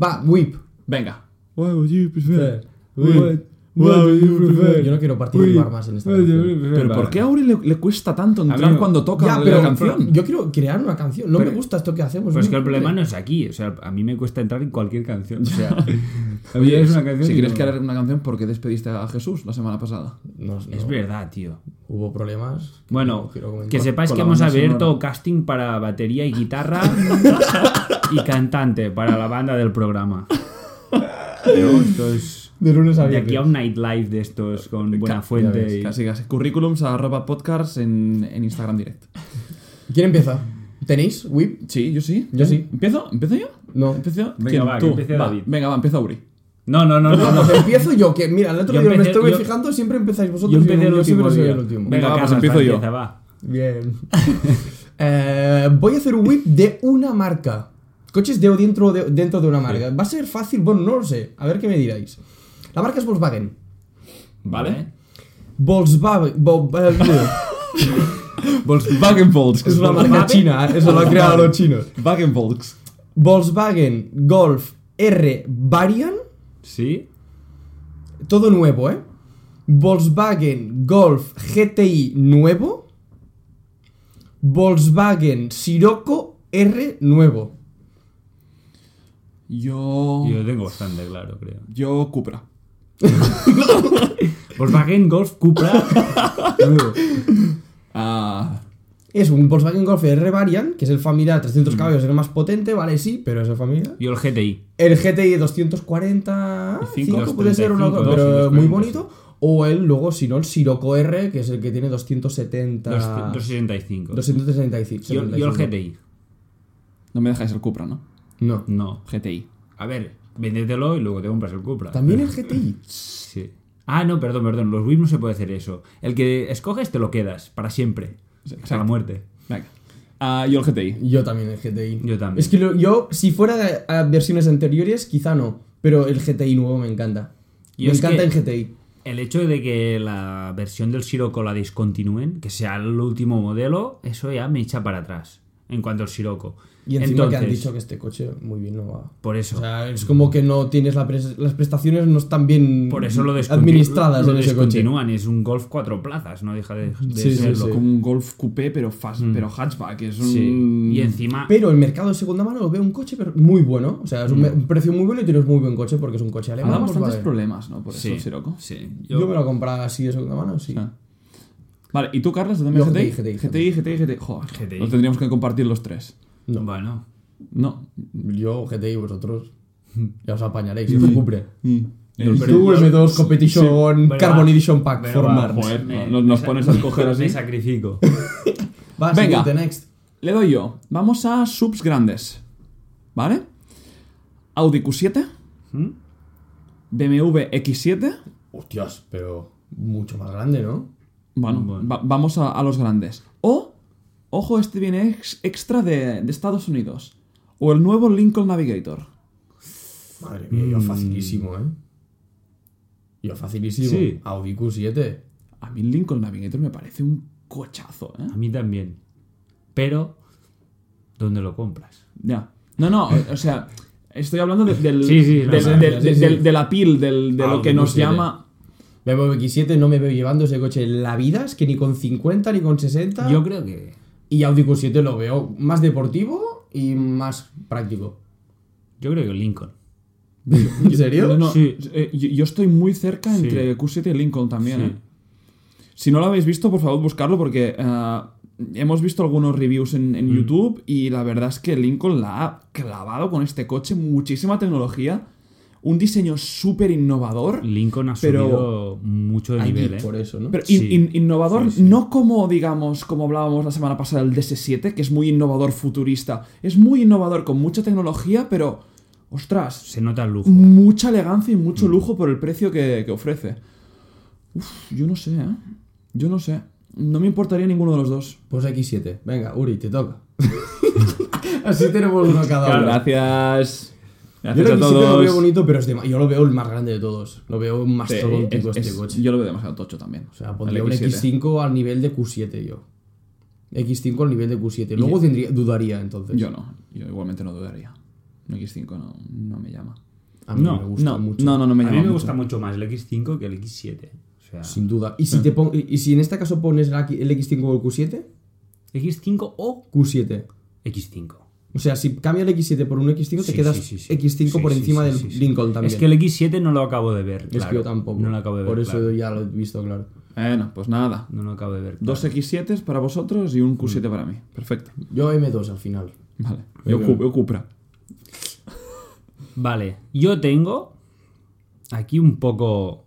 S2: Va, whip.
S1: Venga. Why would you
S3: pues
S1: prefer?
S2: Whip.
S1: What- what would you prefer?
S2: Yo no quiero participar más en esta canción.
S1: Pero ¿por qué a Uri le, le cuesta tanto
S3: mí
S1: entrar
S3: no.
S1: cuando toca
S2: Ya,
S1: la
S2: pero
S1: canción?
S2: yo quiero crear una canción. No me gusta esto que hacemos.
S3: Pues
S2: no
S3: que el
S2: me
S3: problema
S2: gusta.
S3: no es aquí, o sea, a mí me cuesta entrar en cualquier canción. O sea, a mí es una canción
S1: si
S3: que
S1: quieres
S3: no-
S1: crear una canción, ¿por qué despediste a Jesús la semana pasada?
S2: No, no.
S3: Es verdad, tío.
S2: Hubo problemas.
S3: Bueno,
S2: Quiero comentar.
S3: que sepáis
S1: con
S3: que
S1: la
S3: hemos
S1: banda
S3: abierto
S1: sonora.
S3: casting para batería y guitarra y cantante para la banda del programa. Pero esto es
S2: De lunes a
S3: de aquí
S2: viernes.
S3: a un nightlife de estos con buena
S1: Ya
S3: fuente.
S1: ves, Casi, casi. Currículums a arroba podcasts en, en Instagram Direct.
S2: ¿Quién empieza? ¿Tenéis? ¿Whip?
S1: Sí, yo sí. ¿Em-,
S2: Yo sí.
S1: ¿Empiezo? ¿Empiezo yo?
S2: No.
S1: ¿Empiezo?
S3: Venga,
S1: ¿Quién?
S3: va, que
S1: Tú.
S3: empiece
S1: Va,
S3: David.
S1: Venga, va, empieza Uri.
S3: No, no, no, no.
S2: No,
S3: no.
S2: pues empiezo yo, que mira, el otro
S3: Yo
S2: día me
S3: empecé-
S2: estuve
S3: yo-
S2: fijando, siempre empezáis
S3: Yo
S2: vosotros
S3: empecé el
S2: yo siempre
S3: último
S2: soy
S3: día.
S2: el último.
S3: Venga,
S1: va, pues
S3: Carlos,
S1: empiezo yo.
S3: empieza, va.
S2: Bien. Eh, voy a hacer un whip de una marca. Coches de, dentro, de, dentro de una marca. Va a ser fácil, bueno, no lo sé. A ver qué me diráis. La marca es Volkswagen.
S1: Vale.
S2: Volkswagen. Vol- eh,
S1: Volkswagen Volks.
S2: es una marca china, eh, eso lo han creado los chinos.
S1: Volkswagen Volks.
S2: Volkswagen Golf R Variant.
S3: ¿Sí?
S2: Todo nuevo, ¿eh? Volkswagen Golf GTI nuevo. Volkswagen Sirocco R nuevo.
S1: Yo...
S3: Yo tengo bastante claro, creo.
S1: Yo Cupra.
S3: Volkswagen Golf Cupra.
S1: Ah...
S2: Es un Volkswagen Golf R Variant, que es el familiar
S3: Mm.
S2: 300 caballos, el más potente, vale, sí, pero es el familiar.
S3: Yo el GTI.
S2: El GTI 240
S1: Y cinco,
S2: 5 puede ser una
S3: 235,
S2: pero
S3: 240,
S2: muy bonito. O el, luego, si no, el Sirocco R, que es el que tiene
S1: Ah.
S2: 270.
S3: Dos- 265.
S2: 265.
S3: Yo, yo el GTI.
S1: No me dejáis el Cupra, ¿no?
S2: No.
S3: No.
S1: GTI.
S3: A ver, véndetelo y luego te compras el Cupra.
S2: También el GTI.
S3: Sí. Ah, no, perdón, perdón. Los Wii no se puede hacer eso. El que escoges te lo quedas para siempre.
S1: Sí,
S3: Hasta la
S1: exacto.
S3: muerte.
S1: Venga. Ah, yo el GTI.
S2: Yo también el GTI.
S3: Yo también.
S2: Es que lo- yo, si fuera de a versiones anteriores, quizá no. Pero el GTI nuevo me encanta.
S3: Y
S2: me
S3: es
S2: encanta
S3: que-
S2: el GTI.
S3: El hecho de que la versión del Siroco la discontinúen, que sea el último modelo, eso ya me echa para atrás. En cuanto al Siroco.
S2: Y encima
S3: Entonces,
S2: que han dicho que este coche muy bien no va.
S3: Por eso.
S2: O sea, es como que no tienes la pres- las prestaciones no están bien
S3: por eso lo desconti-
S2: administradas
S3: lo
S2: en ese coche.
S3: descontinúan. Es un Golf cuatro plazas, no deja de, de
S2: Sí, sí,
S3: serlo.
S2: sí.
S1: Como un Golf Coupé, pero, fast, pero hatchback. Es un...
S3: Mm. Sí. Y encima.
S2: Mm, Pero el mercado de segunda mano lo veo un coche pero muy bueno. O
S3: Mm.
S2: sea, es un, me- un precio muy bueno y tienes muy buen coche porque es un coche
S1: Ha dado
S3: Ah,
S2: alemán. pues
S1: bastantes
S2: vale.
S1: problemas, ¿no? Por eso,
S3: Sí,
S1: Siroco.
S3: sí.
S2: Yo...
S3: Yo-
S2: me lo compraba así de segunda mano, sí.
S1: Ah. Vale, ¿y tú, Carlos? ¿tú también
S2: Yo
S1: GTI?
S2: GTI,
S1: GTI, GTI, GTI. Joder,
S3: GTI.
S1: los tendríamos que compartir los tres.
S2: No.
S3: Bueno.
S1: No.
S2: Yo, GTI, vosotros ya os apañaréis. Yo me cumple.
S1: El-
S3: Pero
S2: Tú,
S3: yo-
S2: M2 Competition
S3: Pero
S2: Carbon
S3: va.
S2: Edition Pack
S3: Pero va,
S2: Formar.
S1: joder, no- nos- nos
S3: me
S1: pones
S3: sa-
S1: a escoger así.
S3: Me sacrifico.
S2: Va,
S1: Venga.
S2: siguiente, next.
S1: Le doy yo. Vamos a subs grandes. ¿Vale? Audi Q7.
S3: ¿Mm?
S1: BMW X7.
S2: Hostias, pero mucho más grande, ¿no?
S1: Bueno,
S3: Bueno.
S1: va- vamos a, a los grandes. O, ojo, este viene ex- extra de, de Estados Unidos. O el nuevo Lincoln Navigator.
S2: Madre mía,
S1: Mm.
S2: yo facilísimo, ¿eh? Yo facilísimo.
S3: Sí.
S2: Audi Q7.
S1: A mí el Lincoln Navigator me parece un cochazo, ¿eh?
S3: A mí también. Pero, ¿dónde lo compras?
S1: Ya. No, no, o sea, estoy hablando de, del-
S3: Sí, sí,
S1: del-
S3: no,
S1: del-
S2: no,
S1: del-
S2: sí, sí.
S1: del- de la pil, del- de
S3: Ah,
S1: lo que
S3: un
S1: nos
S2: siete.
S1: llama...
S2: BMW X7 no me veo llevando ese coche en la vida, es que ni con 50 ni con 60.
S3: Yo creo que.
S2: Y Audi Q7 lo veo más deportivo y más práctico.
S3: Yo creo que el Lincoln.
S2: ¿En serio?
S1: No, no,
S3: Sí.
S1: eh, yo, yo estoy muy cerca
S3: Sí.
S1: entre Q7 y Lincoln también,
S3: Sí.
S1: ¿eh? Si no lo habéis visto, por favor, buscarlo porque ah, hemos visto algunos reviews en,
S3: Mm.
S1: en YouTube y la verdad es que Lincoln la ha clavado con este coche, muchísima tecnología, un diseño súper innovador.
S3: Lincoln ha
S1: Pero-
S3: subido mucho de
S2: Allí,
S3: nivel, ¿eh?
S2: por eso, ¿no?
S1: Pero in-
S3: Sí.
S1: in- innovador,
S3: Sí, sí.
S1: no como, digamos, como hablábamos la semana pasada del DS7, que es muy innovador futurista. Es muy innovador con mucha tecnología, pero ostras,
S3: Se nota el lujo.
S2: Mm.
S1: mucha elegancia y mucho lujo por el precio que, que ofrece. Uf, yo no sé, ¿eh? Yo no sé. No me importaría ninguno de los dos.
S2: Pues X7. Venga, Uri, te toca. Así tenemos uno cada uno.
S1: Gracias.
S2: Yo
S1: Gracias a
S2: lo que sí que lo veo
S1: todos.
S2: bonito, pero es dema- yo lo veo el más grande de todos. Lo veo más
S1: Sí,
S2: mastodóntico
S1: es-
S2: este
S1: es-
S2: coche.
S1: yo lo veo demasiado tocho también.
S2: o sea, pondría un
S1: El X7.
S2: X5 al nivel de Q7 yo. X5 al nivel de Q7. Luego tendría, dudaría entonces.
S1: Yo no. Yo igualmente no dudaría. Un X5 no, no me llama.
S2: A mí
S3: No,
S2: me gusta
S1: no,
S2: mucho.
S1: no, no, no me
S3: a
S1: llama.
S3: mí me
S1: mucho.
S3: gusta mucho más el X5 que el X7. O sea,
S2: Sin duda. ¿Y si, te pon- y y si en este caso pones la- el X5 o el Q7?
S3: X5 o
S2: Q7.
S3: X5.
S2: O sea, si cambia el X7 por un X5, te
S3: Sí,
S2: quedas
S3: sí, sí, sí.
S2: X5
S3: Sí,
S2: por
S3: sí,
S2: encima
S3: sí,
S2: del
S3: sí, sí.
S2: Lincoln también.
S3: Es que el X7 no lo acabo de ver.
S2: Es que
S3: claro.
S2: yo tampoco.
S3: No lo acabo de ver.
S2: por eso
S3: claro.
S2: ya lo he visto, claro.
S1: Bueno, pues nada.
S3: No lo acabo de ver.
S1: Dos X7s para vosotros y
S2: Mm.
S1: un Q7 para mí. Perfecto.
S2: Yo M2 al final.
S1: Vale. Yo, cu- yo Cupra.
S3: Vale, yo tengo aquí un poco.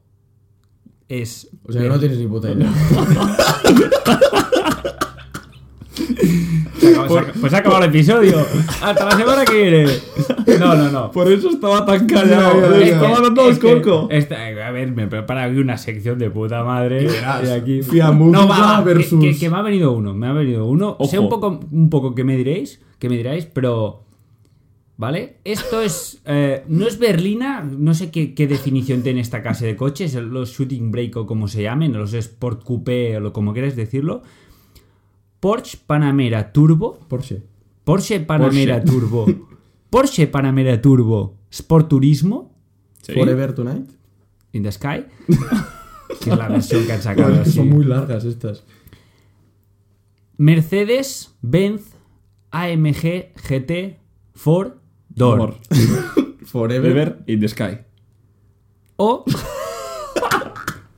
S3: Es.
S2: O sea, no tienes ni puta idea.
S3: Se acaba- se acaba- Pues se ha acabado el episodio. Hasta la semana que viene. No, no, no.
S1: Por eso estaba tan
S2: No,
S1: callado.
S2: no, no.
S1: estaba dando el
S3: Es que-
S1: coco.
S3: esta- a ver, me he preparado aquí una sección de puta madre.
S2: verás,
S3: y aquí.
S2: Fiamuzza
S3: no, va, va, que-
S2: versus-
S3: Que, que me ha venido uno. Me ha venido uno. Sé
S1: Ojo.
S3: un poco, un poco que me diréis. Que me diráis, pero. ¿Vale? Esto es. eh, no es berlina. No sé qué, qué definición tiene esta clase de coches. Los shooting brake o como se llamen. Los sport coupé o lo, como quieras decirlo. Porsche Panamera Turbo.
S2: Porsche.
S3: Porsche Panamera Turbo. Porsche Panamera Turbo Sport Turismo
S2: Forever Tonight.
S3: in the Sky. que es la versión que han sacado.
S2: Joder, que
S3: así.
S2: Son muy largas estas.
S3: Mercedes, Benz, AMG, GT, Ford, Dor.
S1: Amor.
S2: Forever.
S1: River in the Sky.
S3: O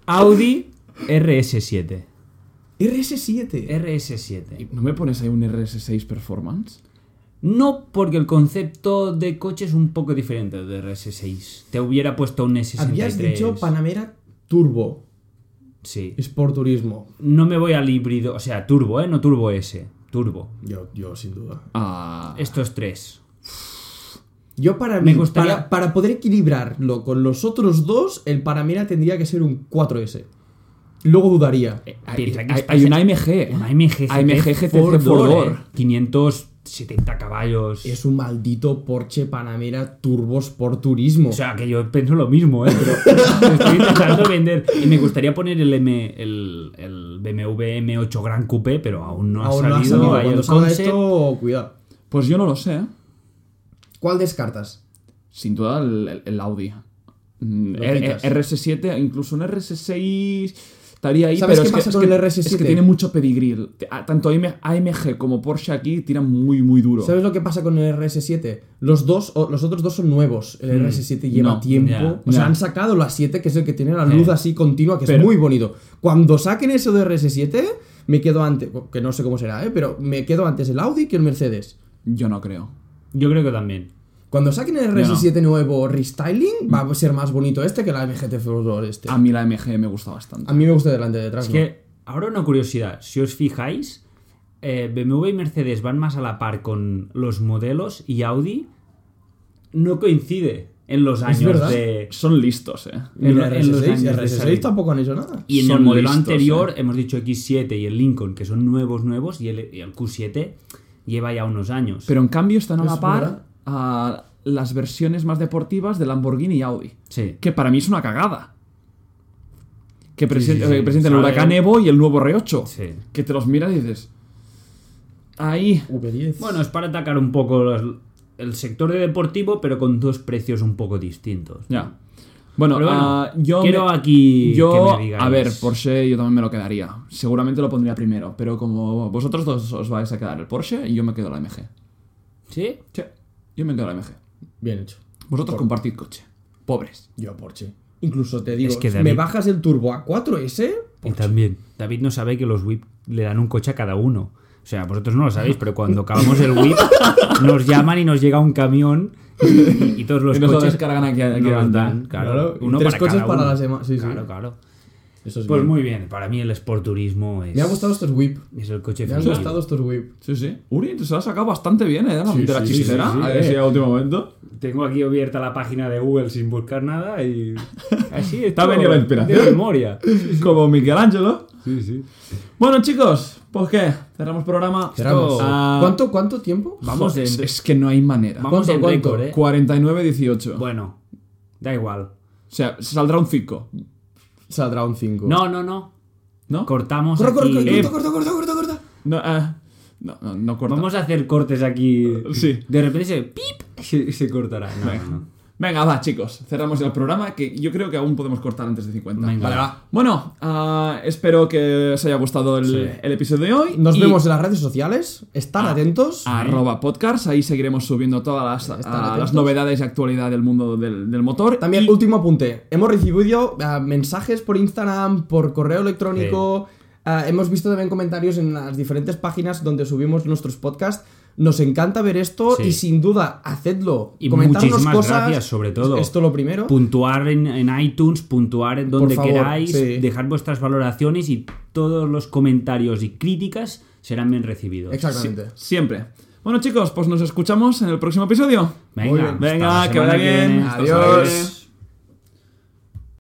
S3: Audi RS7.
S2: RS7.
S3: RS7.
S1: ¿No me pones ahí un RS6 Performance?
S3: No porque el concepto de coche es un poco diferente de RS6. Te hubiera puesto un S63.
S2: Habías dicho Panamera Turbo.
S3: Sí.
S2: Sport Turismo.
S3: No me voy al híbrido, o sea, turbo, ¿eh? No turbo S, turbo.
S2: Yo, yo, sin duda.
S1: Ah.
S2: Este,
S3: Estos tres.
S2: Yo para
S3: Me
S2: mí, para,
S3: gustaría-
S2: para poder equilibrarlo con los otros dos, el Panamera tendría que ser un 4S. Luego dudaría.
S3: Eh,
S1: Hay,
S3: Piensa que
S1: hay-
S3: esto
S1: hay
S3: es-
S1: una AMG.
S3: Una AMG GT,
S1: AMG GT
S3: four door,
S1: Fordor.
S3: ¿eh? 570 caballos.
S2: Es un maldito Porsche Panamera Turbo Sport Turismo.
S3: O sea, que yo pienso lo mismo, ¿eh? Pero estoy intentando vender. Y me gustaría poner el, M, el, el BMW M8 Gran Coupé, pero aún no ha
S2: Aún no
S3: salido.
S2: ha salido.
S3: hay
S2: Cuando
S3: el
S2: salga
S3: concept.
S2: esto, cuidado.
S1: Pues yo no lo sé. ¿eh?
S2: ¿Cuál descartas?
S1: Sin duda el, el- el Audi. Mm,
S2: Lo
S1: R-
S2: quitas.
S1: RS7, incluso un RS6 estaría ahí.
S2: ¿Sabes
S1: pero
S2: qué
S1: es que-
S2: pasa
S1: es
S2: con
S1: que,
S2: el RS7?
S1: Es que tiene mucho pedigrí. Ah, Tanto AM- AMG como Porsche aquí tiran muy, muy duro.
S2: ¿Sabes lo que pasa con el RS7? Los dos, o- los otros dos son nuevos. El RS7 lleva
S1: no,
S2: tiempo.
S3: Hmm. ya,
S2: o sea,
S1: ya.
S2: han sacado la 7, que es el que tiene la luz
S3: Sí.
S2: así continua, que es
S1: Pero-
S2: muy bonito. Cuando saquen eso de RS7, me quedo antes, que no sé cómo será, ¿eh? pero me quedo antes el Audi que el Mercedes.
S1: Yo no creo.
S3: Yo creo que también.
S2: Cuando saquen el RS7 nuevo
S3: Hmm.
S2: restyling, va a ser más bonito este que la MGT Fusor este.
S1: A mí la AMG me gusta bastante.
S2: A mí me gusta delante y detrás.
S3: Es
S2: ¿no?
S3: que, ahora una curiosidad, si os fijáis, eh, BMW y Mercedes van más a la par con los modelos y Audi no coincide en los años
S2: verdad.
S3: de...
S1: Son listos, eh.
S2: Ni
S3: en-
S2: la
S3: en los
S2: RS6, y
S3: años de
S2: RS6
S3: salir.
S2: tampoco han hecho nada.
S3: Y en
S1: Son
S3: el modelo
S1: listos,
S3: anterior
S1: eh.
S3: hemos dicho X7 y el Lincoln, que son nuevos, nuevos, y el, y el Q7 lleva ya unos años.
S1: Pero en cambio están a
S2: Es
S1: la par
S2: verdad.
S1: a las versiones más deportivas de Lamborghini y Audi.
S3: sí.
S1: Que para mí es una cagada. Que presen-
S3: sí, sí.
S1: eh, presenten el
S3: Sale-
S1: Huracán Evo y el nuevo R8.
S3: Sí.
S1: Que te los miras y dices. Ahí.
S2: V10.
S3: Bueno, es para atacar un poco los- el sector de deportivo, pero con dos precios un poco distintos.
S1: Ya. Bueno,
S3: Pero bueno,
S1: ah, yo.
S3: quiero
S1: me-
S3: aquí
S1: Yo.
S3: que me digáis.
S1: a ver, Porsche yo también me lo quedaría. Seguramente lo pondría primero. Pero como vosotros dos os vais a quedar el Porsche, yo me quedo la MG.
S3: ¿Sí?
S1: Sí. Yo me quedo la MG.
S2: Bien hecho.
S1: Vosotros compartid coche. Pobres.
S2: Yo Porsche. Incluso te digo,
S3: Es que
S2: si
S3: David-
S2: me bajas el turbo a 4S,
S3: Y también, David no sabe que los WIP le dan un coche a cada uno. O sea, vosotros no lo sabéis, pero cuando acabamos el WIP, nos llaman y nos llega un camión y, y todos los
S1: Que nos lo
S3: coches
S1: descargan aquí a- aquí
S3: nos
S1: a
S3: dan,
S1: Bandán.
S3: claro,
S2: Claro, y
S3: uno
S2: tres
S3: para
S2: coches
S3: cada
S2: para
S3: uno.
S2: la semana, sí, sí.
S3: claro, claro.
S6: Eso es
S3: Pues
S6: bien.
S3: muy bien, para mí el Sport Turismo es,
S2: Me han gustado estos whip.
S3: es el coche
S2: Me han
S3: definitivo.
S2: gustado estos whip.
S1: Sí, sí. Uri se lo ha sacado bastante bien, ¿eh? De la,
S6: Sí,
S1: de la
S6: sí, sí,
S1: chistera.
S3: sí, sí.
S1: A ver si a último momento.
S3: Tengo aquí abierta la página de Google sin buscar nada y así
S1: Te ha
S3: está
S1: venido la inspiración.
S3: De memoria.
S1: Como Michelangelo.
S3: Sí, sí.
S1: Bueno, chicos, pues qué, cerramos programa.
S2: Cerramos.
S1: Esto- Ah,
S2: ¿Cuánto, ¿Cuánto tiempo?
S3: Vamos
S1: jo, es,
S3: en-
S1: es que no hay manera.
S3: Vamos
S2: ¿Cuánto,
S3: en
S2: cuánto?
S3: récord, eh.
S1: 49-18.
S3: Bueno, da igual.
S1: O sea, saldrá un 5,
S2: Saldrá un 5.
S3: No, no, no.
S1: ¿no?
S3: Cortamos
S2: Corta, corta,
S3: aquí.
S2: corta,
S3: Eh,
S2: corta, corta, corta, corta, corta.
S1: No, ah, no, no, no corta.
S3: Vamos a hacer cortes aquí.
S1: Sí.
S3: De repente se pip se, se cortará. No, no,
S1: Venga, va, chicos, cerramos el programa, que yo creo que aún podemos cortar antes de 50.
S3: Venga, va.
S1: Bueno, ah, espero que os haya gustado el,
S3: Sí.
S1: el episodio de hoy.
S2: Nos
S1: y
S2: vemos en las redes sociales. Estar
S3: Ah.
S2: atentos.
S1: Arroba podcast, ahí seguiremos subiendo todas las,
S2: Estar
S1: ah, las
S2: atentos.
S1: novedades y actualidad del mundo del, del motor.
S2: También,
S1: Y-
S2: último apunte. Hemos recibido ah, mensajes por Instagram, por correo electrónico. ah, hemos visto también comentarios en las diferentes páginas donde subimos nuestros podcasts. Nos encanta ver esto
S3: Sí.
S2: y sin duda, hacedlo.
S3: Y
S2: Comentadnos
S3: muchísimas
S2: cosas.
S3: gracias, sobre todo.
S2: Esto lo primero.
S3: no. Puntuar en, en iTunes, puntuar en donde
S2: Por favor,
S3: queráis,
S2: sí.
S3: dejar vuestras valoraciones y todos los comentarios y críticas serán bien recibidos.
S2: Exactamente.
S1: Siempre. Bueno, chicos, pues nos escuchamos en el próximo episodio.
S3: Venga,
S1: Venga,
S3: hasta la
S1: que vaya
S3: semana que
S1: bien.
S3: viene.
S1: Hasta
S2: Adiós.